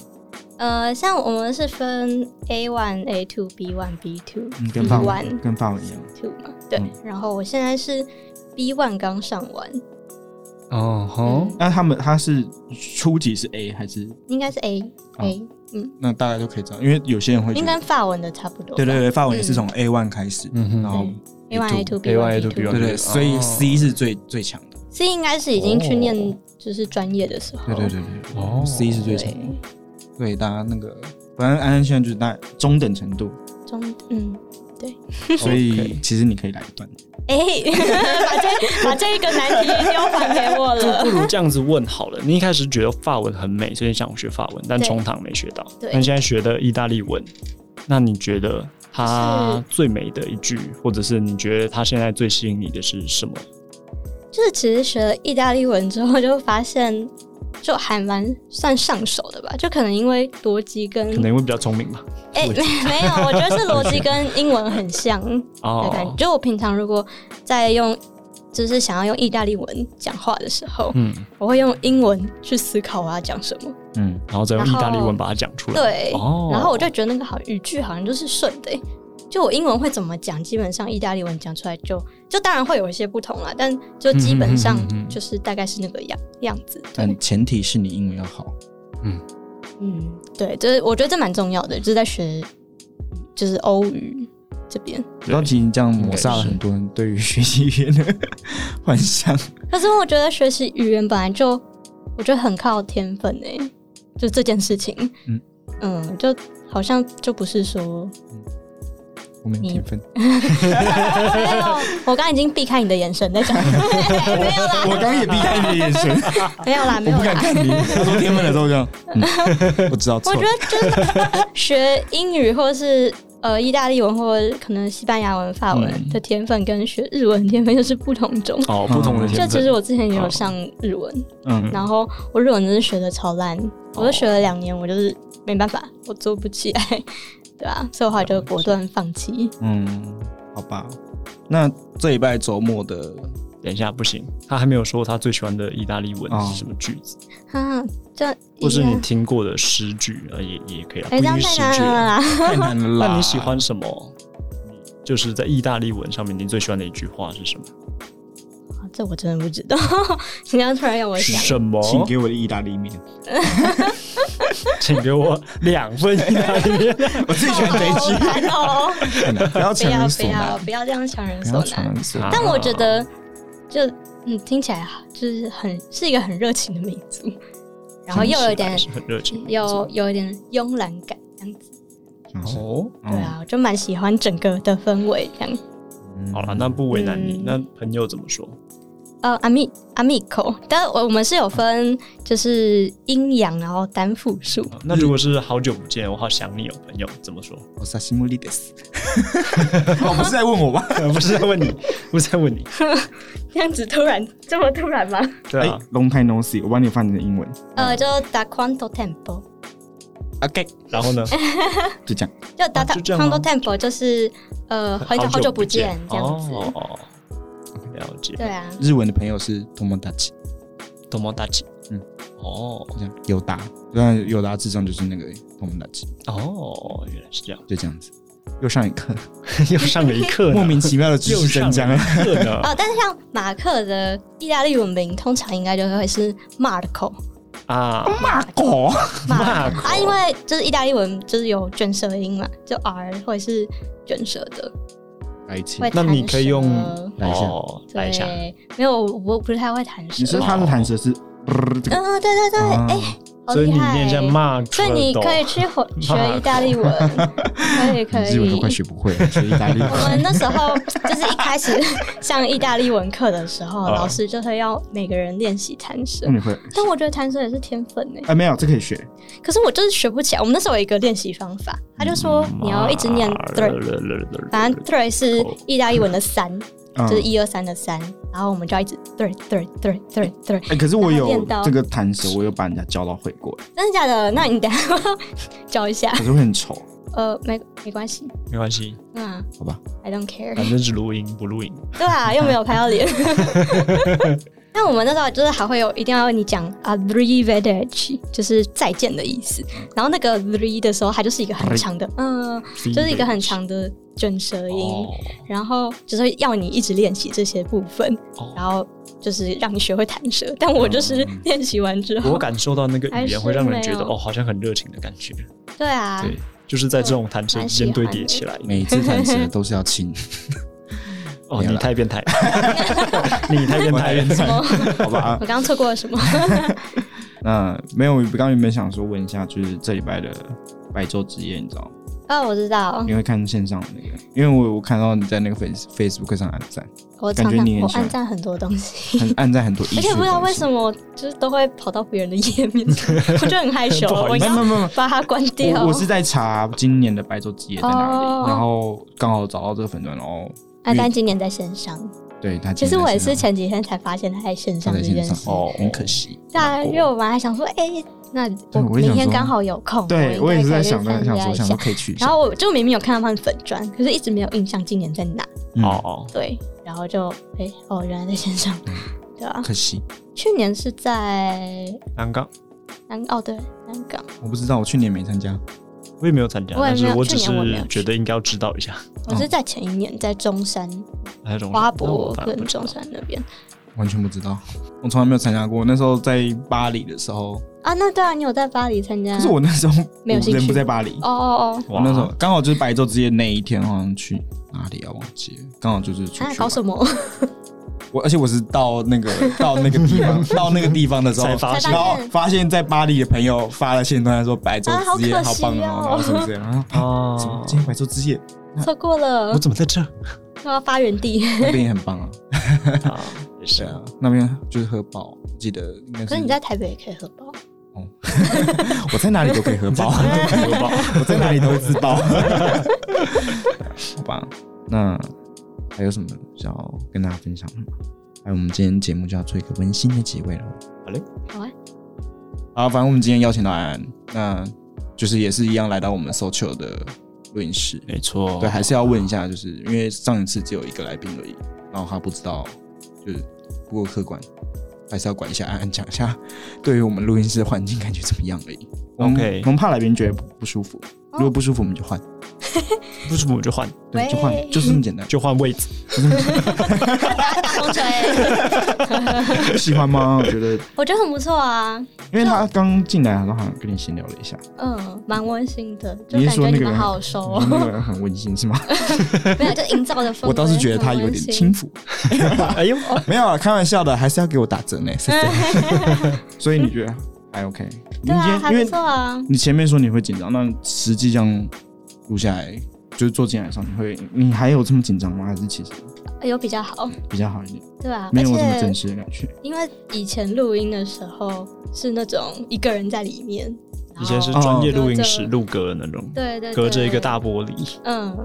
B: 呃，像我们是分 A one、A two、B one、B two、
C: 嗯，
B: B
C: 跟法文
B: one、
C: 跟法文一样。
B: two 嘛，对
C: 嗯。
B: 然后我现在是 B one 刚上完，
A: 哦吼，
C: 那他们他是初级是 A 还是？
B: 应该是 A
C: 哦
B: A，
C: 那大概就可以知道，因为有些人会觉
B: 应
C: 得，
B: 该嗯法文的差不多吧。
C: 对对对，法文也是从 A one 开始，
A: 嗯哼
C: 然后
B: ，A one A two B
A: A1
B: one
A: A2 B1
C: 对对，
A: 哦
C: 所以 C 是最最强的。
B: C 应该是已经去
A: 哦
B: 念就是专业的时候，
C: 对对对对对
A: 哦
C: ，C 是最强的。对，大家那个，反正安安现在就是大概中等程 度，
B: 中嗯，
C: 所以其实你可以来一段。
B: 哎、 把这把这一个难题丢还给我
A: 就不
B: 了。
A: 如这样子问好了。你一开始觉得法文很美，所以想学法文，但
B: 对
A: 冲堂没学到。
B: 对
A: 那现在学的意大利文，那你觉得它最美的一句，或者是你觉得它现在最吸引你的是什么？
B: 就是其实学了意大利文之后，就发现 就还蛮算上手的吧，就可能因为逻辑跟
A: 可能因为比较聪明吧。
B: 哎、没没有，我觉得是逻辑跟英文很像的感觉。
A: 哦，
B: 就我平常如果在用就是想要用意大利文讲话的时候，
A: 嗯
B: 我会用英文去思考我要讲什么。
A: 嗯，然后再用意大利文把它讲出来。
B: 对，
A: 哦
B: 然后我就觉得那个好语句好像就是顺的欸、就我英文会怎么讲，基本上意大利文讲出来就就当然会有一些不同啦，但就基本
A: 嗯
B: 上
A: 嗯嗯嗯嗯
B: 就是大概是那个样样子。对，
D: 但前提是你英文要好。
B: 嗯，对，就是我觉得这蛮重要的，就是在学就是欧语这边。
D: 然后其实这样抹杀了很多人对于学习语言的 幻想。
B: 可是我觉得学习语言本来就，我觉得很靠天分诶、就这件事情，
D: 嗯
B: 嗯就好像就不 是说，
D: 我们有天分，
B: 没有，我刚刚已经避开你的眼神 在讲，没有啦，
C: 我刚刚也避开你的眼神，
B: 没有啦，
D: 我
B: 没有
D: 不敢
B: 啦。
D: 看你。他说天分的时候这样，嗯、我知道错
B: 我觉
D: 了。
B: 得就是学英语或是呃意大利文或可能西班牙文、法文的天分跟学日文的天分又是不同种。
A: 哦，不同的
B: 就
A: 天
B: 其
A: 分
B: 实我之前也有上日文，
D: 嗯，
B: 然后我日文真是学的超烂，我就学了两年，我就是没办法，我做不起来， 对啊，所以我后来就果断放弃。
D: 嗯，好吧。那这礼拜周末的
A: 等一下不行，他还没有说他最喜欢的意大利文是什么句子，
B: 啊，这
A: 或是你听过的诗句，呃，也也可以啊，不
B: 哎，
A: 一
B: 这样
A: 定是
B: 太
A: 诗
B: 难
A: 句啊。
B: 了啦，
D: 太难 了啦。
A: 那你喜欢什么？你就是在意大利文上面，你最喜欢的一句话是什么？
B: 这我真的不知道。 你刚刚突然要我
A: 是
B: 想，
A: 什么？
C: 请给我的意大利面，
A: 请给我两份意大利面。
C: 我最喜欢这一句，
B: 好难 哦，
D: 太难，不要
B: 不
D: 强
B: 要
D: 人
B: 不
D: 所
B: 要
D: 难，
B: 不要这样强人
D: 不要
B: 所
D: 强
B: 难。
D: 人所难。
B: 但我觉得就嗯，听起来啊就是很是一个很热情的民族，然后又有点
A: 是很热情，
B: 有有一点慵懒感这样子。
A: 哦。
C: 嗯
B: 对啊，我就蛮喜欢整个的氛围这样。
A: 好了，那不为难你。
B: 嗯
A: 那朋友怎么说？
B: 呃，阿密阿密口，但我我们是有分就是阴阳，然后单复数。
A: 那如果是好久不见，我好想你哦，朋友怎么说？
D: 我萨西莫利德斯，
C: 哦，不是在问我吧？
A: 不是在问 你，不是在问你，
B: 这样子突然这么突然吗？
A: 对啊。
C: ，Long time 哎 no see，我帮你翻译成英文，
A: 嗯
B: 呃，就打 quanto tempo，
D: OK，
A: 然后呢？
C: 就这样。
B: 就打
A: 啊
B: 打
A: 就这样吗
B: quanto tempo 就是呃很 久好久不见这样子。
A: 哦，嗯了解。
B: 对啊，
D: 日文的朋友是 Tomodachi，
A: 多么大气。
D: 嗯，
A: 哦
D: 这样有达，那有达智障就是那个 Tomodachi，
A: 哦，原来是这样，
D: 就这样子。又上一课，
A: 又上了一课呢，
D: 莫名其妙的知
A: 啊又
D: 识增
A: 上
D: 加
A: 了
D: 了
A: 一。课 呢。
B: 哦，但是像马克的意大利文名，通常应该就会是 Marco
A: 啊，
D: 骂
C: 哎
D: 狗，
B: 马
A: Marco
B: 哦啊，因为就是意大利文就是有卷舌音嘛，就 R 会是卷舌的，
D: 来一次
B: 会
A: 那你
B: 弹
A: 可以用
B: 舌
D: 来一下
A: 哦，来一下。
B: 对，没有，我我不太会弹舌。
C: 你说他的弹舌是，这个
B: 嗯、对对对，
C: 啊
B: 哎、好
A: 所以
B: 厉
A: 你
B: 害！
A: 念一下骂车
B: 所以你可以去回学意大利文， 可以可以。
D: 日文都快学不会了，
C: 学意大利
B: 我
C: 文，
B: 们那时候就是一开始上意大利文课的时候，
A: 啊嗯
B: 老师就会要每个人练习弹舌
C: 那。嗯你会？
B: 但我觉得弹舌也是天分呢、
C: 啊，没有，这可以学。
B: 可是我就是学不起来。我们那时候有一个练习方法，他就说
A: 嗯
B: 你要一直念 three，反正 three 是
A: 哦
B: 意大利文的三，
C: 嗯
B: 就是一二三的三，然后我们就要一直 three three three three three，
C: 哎，可是我
B: 然后
C: 有
B: 练到
C: 这个弹舌，我有把人家教到会过，
B: 真的假的？那你等一下 教一下，
C: 可是会很丑。
B: 呃，没没关系，
A: 没关 系，
B: 嗯啊、
D: 好吧？
B: I don't care。
A: 反正只录音不录音。
B: 对啊，又没有拍 到脸。那我们那时候就是还会有一定要你讲啊 t h r e e v e d a g e 就是再见的意思。然后那个 three 的时候，它就是一个很长的，嗯，就是一个很长的卷舌音。
A: 哦
B: 然后就是要你一直练习这些部分，
A: 哦
B: 然后就是让你学会弹舌。但我就是练习完之后，
A: 哦我感受到那个语言会让人觉
B: 还
A: 得
B: 是没有
A: 哦，好像很热情的感觉。
B: 对啊，
A: 对，就是在这种弹舌之间对叠起
B: 哦
A: 来。
D: 每次弹舌都是要亲，
A: 哦，
D: 没有
A: 你
D: 啦
A: 太变态， 你太变态了。
B: 什么？
C: 好吧，啊
B: 我刚刚错过了什么？
C: 那没有，我刚刚原本想说问一下，就是这礼拜的白昼之夜，你知道吗？
B: 哦，我知道，
C: 你会看线上的那个？因为我我看到你 在那个 Face Facebook 上按赞，
B: 我
C: 感
B: 常
C: 觉
B: 常
C: 你也
B: 我
C: 喜欢
B: 按赞很多东西。
C: 很按赞很多艺术。
B: 而且不知道为什
C: 么，
B: 么，就是都会跑到别人的页面上，我就很 害羞，
A: 不好
B: 我
A: 意思
B: 应该
C: 没有没有没有
B: 把它关掉。
C: 我我是在查今年的白昼之夜在哪里，
B: 哦
C: 然后刚好找到这个粉砖，然后
B: 阿丹啊今年在线上，
C: 对他
B: 其实我也是
C: 前
B: 前几天才发现他在线上
D: 在
B: 这
D: 线
B: 件
D: 上
B: 事。
D: 哦，很可惜。
B: 对啊，因为我本来想说，哎，那我
C: 对我
B: 明
C: 也想
B: 天
C: 说
B: 刚好有空，
C: 对
B: 我
C: 我也是在
B: 应
C: 想
B: 该可以
C: 着
B: 去参
C: 想说
B: 加
C: 想
B: 一
C: 说
B: 下。
C: 可以去一下
B: 然，后我就明明有看他们粉砖，可是一直没有印象今年在哪。
D: 嗯
A: 哦，
B: 对，然后就哎、哦，原来在线上，
C: 嗯
B: 对啊，
D: 可惜
B: 去年是在
A: 南港
B: 南哦对南港，
C: 我不知道，我去年没参加。
A: 我也没有参加，
B: 我也
A: 但
B: 没
A: 是
B: 有
A: 我只
B: 去年我没有
A: 是
B: 去
A: 觉得应该要知道一下。
B: 我是在前一年在中山
A: 还有种
B: 花
A: 哦那
B: 博
A: 我反而
B: 跟
A: 不知道
B: 中山那边
C: 完全不知道，我从来没有参加过。那时候在巴黎的时候，
B: 啊，那对啊，你有在巴黎参加？
C: 可是我那时候
B: 没有兴趣
C: 人不在巴黎，
B: 哦哦
C: 我
A: 哇，
C: 那时候刚好就是白昼之夜那一天，好像去哪里啊？忘记了，刚好就是
B: 哦，
C: 出
B: 啊
C: 去
B: 搞
C: 玩。
B: 什么？
C: 我而且我是到 那个到那个地 方，到那个地方的时候
A: 才，发
B: 现
C: 然后发现在巴黎的朋友发了线段说白昼之夜、
B: 啊好可
C: 好
B: 惜
C: 棒哦，
B: 哦
C: 然后什么之 类的，然后
A: 哦
C: 啊怎么今天白昼之夜，
B: 错过了
A: 我，怎么在这？
B: 又要发原地。
C: 那边也很棒啊，
A: 啊，也是
C: 对啊，那边就是喝爆，我记得应该
B: 可
C: 是
B: 是你在台北也可以喝包，
C: 我在哪里都可以喝 爆，
A: 很火爆。
C: 我在哪里都会自爆。好吧，那还有什么想要跟大家分享的吗？还有，我们今天节目就要做一个温馨的结尾了。
B: 好 啊，
C: 好，反正我们今天邀请到安安，那就是也是一样来到我们 social 的录音室。
A: 没错，
C: 对，还是要问一下，就是因为上一次只有一个来宾而已，然后他不知道，就是不过客观，还是要管一下安安，讲一下对于我们录音室的环境感觉怎么样而已。我们
A: OK
C: 我们怕来宾觉得不不舒服，如果不舒服我们就换，
A: 不舒服我就换，
C: 对，就换
B: 喂，
C: 就是这么简单。
A: 就换位置。
B: 大风吹，
C: 喜欢 吗？我觉得，
B: 我觉得很不错啊，
C: 因为他刚进来，然后好像跟你闲聊了一下，
B: 嗯，蛮温馨的，就
C: 你
B: 感
C: 是说
B: 觉
C: 那
B: 你
C: 个
B: 们
C: 人
B: 好好熟
C: 你
B: 哦，
C: 说那个很温馨是吗？
B: 没有，就营造的氛围。
C: 我倒是觉得他有点轻 浮，
A: 哎呦，
C: 没有啊，开玩笑的，还是要给我打折呢，谢谢。 所以你觉得还 OK？你
B: 很温馨，对啊，
C: 今
B: 还
C: 天
B: 不
C: 因
B: 错
C: 为
B: 啊，
C: 你前面说你会紧张，那实际这样录下来，就是坐进来的时候，你会你还有这么紧张吗？还是其实
B: 哎有比较好，
C: 比较好一点，
B: 对啊，
C: 没有这么
B: 而
C: 正
B: 且
C: 式的感觉？
B: 因为以前录音的时候是那种一个人在里面，然
A: 以前是
B: 后
A: 专业录音室
B: 哦
A: 录歌的那种，
B: 对对，对
A: 隔着一个大，玻璃，
B: 嗯，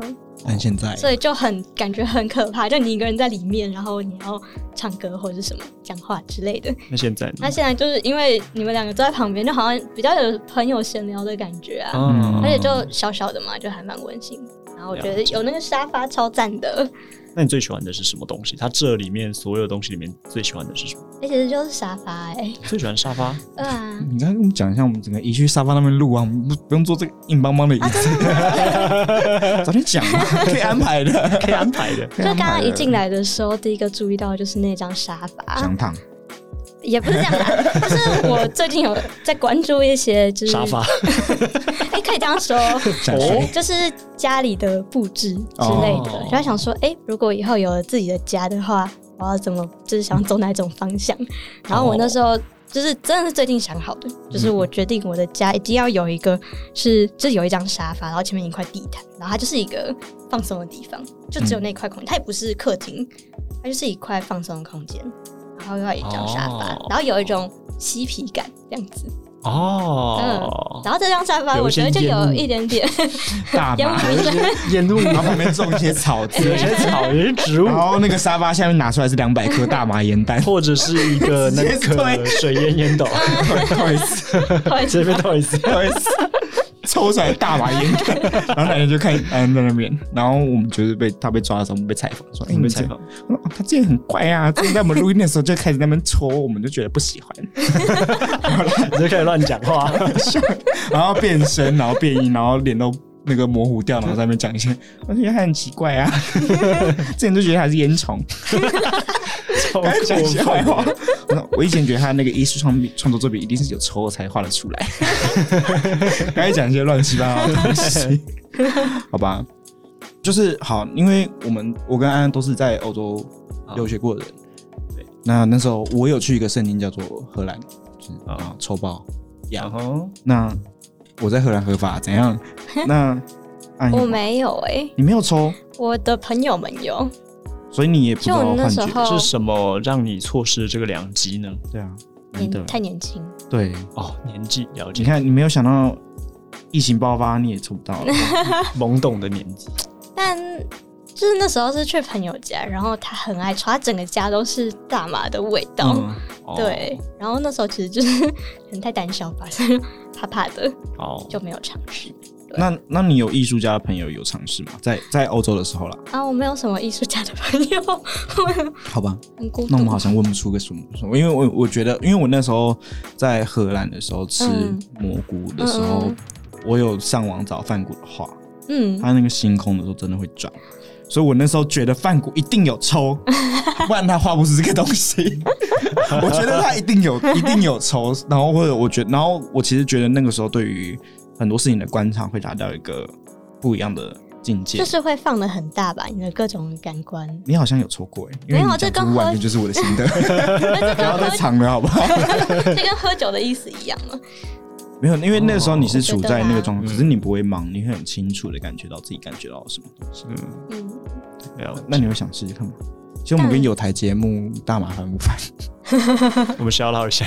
C: 但现在
B: 所以就很感觉很可怕，就你一个人在里面，然后你要唱歌或者是什么讲话之类的。
A: 那现在呢
B: 那现在就是因为你们两个都在旁边，就好像比较有朋友闲聊的感觉啊，
A: 啊
C: 嗯
B: 而且就小小的嘛，就还蛮温馨。然后我觉得
A: 了解
B: 有那个沙发超赞的，
A: 那你最喜欢的是什么东西？它这里面所有东西里面最喜欢的是什么？
B: 哎、其实就是沙发哎、
A: 最喜欢沙 发，
B: 对啊。
C: 你刚刚跟我们讲一下，我们整个移去沙发那边录啊，我们不不用做这个硬邦邦的椅
B: 啊，
C: 子。
B: 真的吗？
C: 早点讲嘛，可以安排的。
A: 可以安排的。
B: 就刚刚一进来的时候，第一个注意到就是那张沙发，
C: 想躺，
B: 也不是这样啦，就是我最近有在关注一些，就是
A: 沙发，
B: 哎、可以这样说，
C: 想睡，
B: 哎就是家里的布置之类的，
A: 哦
B: 然后想说，哎、如果以后有了自己的家的话，我要怎么，就是想走哪一种方向？
A: 哦
B: 然后我那时候就是真的是最近想好的，
A: 嗯
B: 就是我决定我的家一定要有一个是，就是有一张沙发，然后前面一块地毯，然后它就是一个放松的地方，就只有那块空间，它也不是客厅，它就是一块放松的空间，然后又要有一张沙发，
A: 哦
B: 然后有一种嬉皮感这样子，
A: 哦，
B: 然后这张沙发
A: 有
B: 我
A: 一些
B: 觉得就
A: 烟
B: 有
A: 雾
B: 一点点。
C: 大
B: 烟
C: 麻
B: 雾
C: 有一些烟雾，然后旁边种一些草之
A: 有
C: 类
A: 些
C: 的。
A: 草，有些 植物，
C: 然，后那个沙发下面拿出来是两百颗大麻烟弹
A: 或者是一个那
C: 直接
A: 个
C: 推
A: 水烟烟 斗，
C: 不好意思，
B: 不好意思
A: 随便倒一次
C: 不。好意思，抽出来大麻烟弹，然后那人就看安在那边，然后我们就是被他被抓的时候，我们被采访说，哎，
A: 我
C: 你
A: 们
C: 们
A: 采
C: 采
A: 访
C: 访，，我说哦他之前很乖啊，之前在我们录音的时候就开始在那边抽，我们就觉得不喜欢，
A: 你就开始乱讲话，
C: 然后变声，然后变音，然后脸都那个模糊掉，然后在那边讲一些，我觉得他很奇怪啊， 之前就觉得他是烟虫，
A: 超过
C: 讲一些坏
A: 分哦
C: 话。 我说我以前觉得他那个艺术创品创作作品一定是有抽才画得 出来，开始讲一些乱七八糟的 东西，好吧？就是好，因为我们我跟安安都是在欧洲
A: 啊
C: 留学过的人，对。那那时候我有去一个圣地叫做荷兰，就是
B: 嗯
A: 啊
C: 啊抽包呀
A: 然。后
C: 那我在荷兰合法 怎样？那安有
B: 我
C: 吗
B: 没有哎、
C: 你没有抽，
B: 我的朋友们有，
C: 所以你也不知
B: 就我
C: 道
B: 那
C: 幻
B: 时
C: 觉，
B: 候
A: 是什么让你错失这个良机呢？
C: 对啊，难得
B: 年太年轻，
C: 对。
A: 哦，年纪了解，
C: 你看，你没有想到疫情爆发，你也抽 不到了。
A: 懵懂的年纪，
B: 但就是那时候是去朋友家，然后他很爱抽，他整个家都是大麻的味道。
C: 嗯，
A: 哦，
B: 对，然后那时候其实就是可能太胆小吧，所以怕怕的
A: 哦，
B: 就没有尝试。
C: 那那你有艺术家的朋友有尝试吗？在在欧洲的时候啦，
B: 啊，我没有什么艺术家的朋友，
C: 好吧，
B: 很孤独
C: 那我。们好像问不出个什么什么，因为我我觉得，因为我那时候在荷兰的时候吃
B: 嗯
C: 蘑菇的时候，
B: 嗯
C: 我有上网找梵谷的画，
B: 嗯，
C: 他那个星空的时候真的会转，所以我那时候觉得梵谷一定 有抽，不然他画不出这个东西。我觉得他一定有，一定有抽。然后或者我觉得，然后我其实觉得那个时候对于很多事情的观察会达到一个不一样的境界。
B: 就。是会放的很大吧，你的各种感官
C: 你好像有抽过哎、因
B: 没
C: 为
B: 有啊
C: 你
B: 这
C: 讲
B: 跟
C: 出完
B: 喝
C: 全就是我的心 得，
B: 这
C: 不
B: 跟
C: 要再
B: 喝
C: 藏了好 不好？
B: 这跟喝酒的意思一样嘛。
C: 没有，因为那时候你是处在那个状
A: 我
C: 况，
A: 觉得啦
C: 只是你不会忙，你会很清楚的感觉到自己感觉到什么。
A: 嗯，
B: 嗯，
A: 了解
C: 那你会想试试看吗？其实我们跟有台节目《大麻烦不烦》，
A: 我们消唠一 下。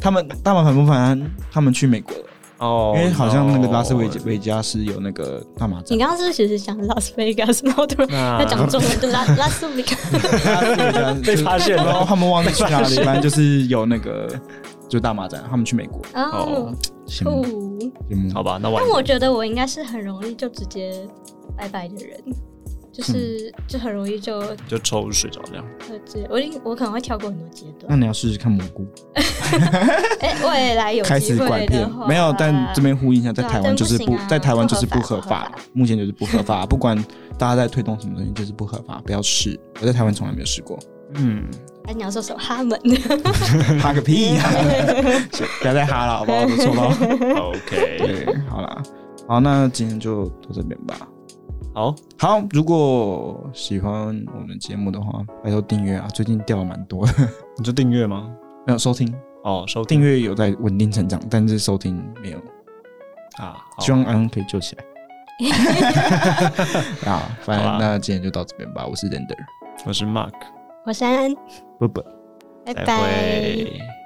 C: 他们《大麻烦不烦》，他们去美国了，
A: 哦
C: 因为好像那个拉斯维
A: 加，
C: 维加斯有那个大麻
B: 你
C: 展，
B: 刚刚是不是其实讲拉斯维加 斯，然后突
C: 啊
B: 然
A: 那
B: 在讲中文，就拉拉斯维加 斯。
A: 被发现
C: 然后
A: 了。
C: 他们忘记去哪里，反正就是有那个就大麻展，他们去美国，
B: 哦
A: 哦，
C: 羡慕
B: 酷。
C: 羡慕
A: 好吧，那晚
B: 哦但我觉得我应该是很容易就直接拜拜的人，就是、
C: 嗯
B: 就很容易就
A: 就抽睡着这样。
B: 就直接我一定我可能会跳过很多阶
C: 那
B: 段。
C: 你要试试看蘑菇，
B: 哎、未来有
C: 开始
B: 机
C: 拐
B: 会
C: 骗
B: 的话，
C: 没有，但这边呼应一下，在
B: 对啊
C: 台湾就是
B: 但不
C: 不
B: 行啊，
C: 在台湾就是不
B: 不
C: 合
B: 合法
C: 法，目前就是不合法，不管大家在推动什么东西，就是不合法，不要试。我在台湾从来没有试过，
A: 嗯，
B: 哎，你要说什么哈们？
C: 哈个屁 呀！不要再哈了，好不好？都抽到。
A: OK，
C: 对，好啦，好，那今天就到这边吧。
A: 好，
C: 好，如果喜欢我们节目的话，拜托订阅啊！最近掉了蛮多的，
A: 你就订阅吗？
C: 没有收听，
A: 哦，收
C: 订阅有在稳定成长，但是收听没有。
A: 啊，好
C: 希望安可以 救起来。 啊，反
A: 好
C: 正
A: 啊
C: 那今天就到这边吧。我是 Render，
A: 我是 Mark，
B: 我是安安，
C: 不不。
B: 拜
A: 再
B: 拜。
A: 会。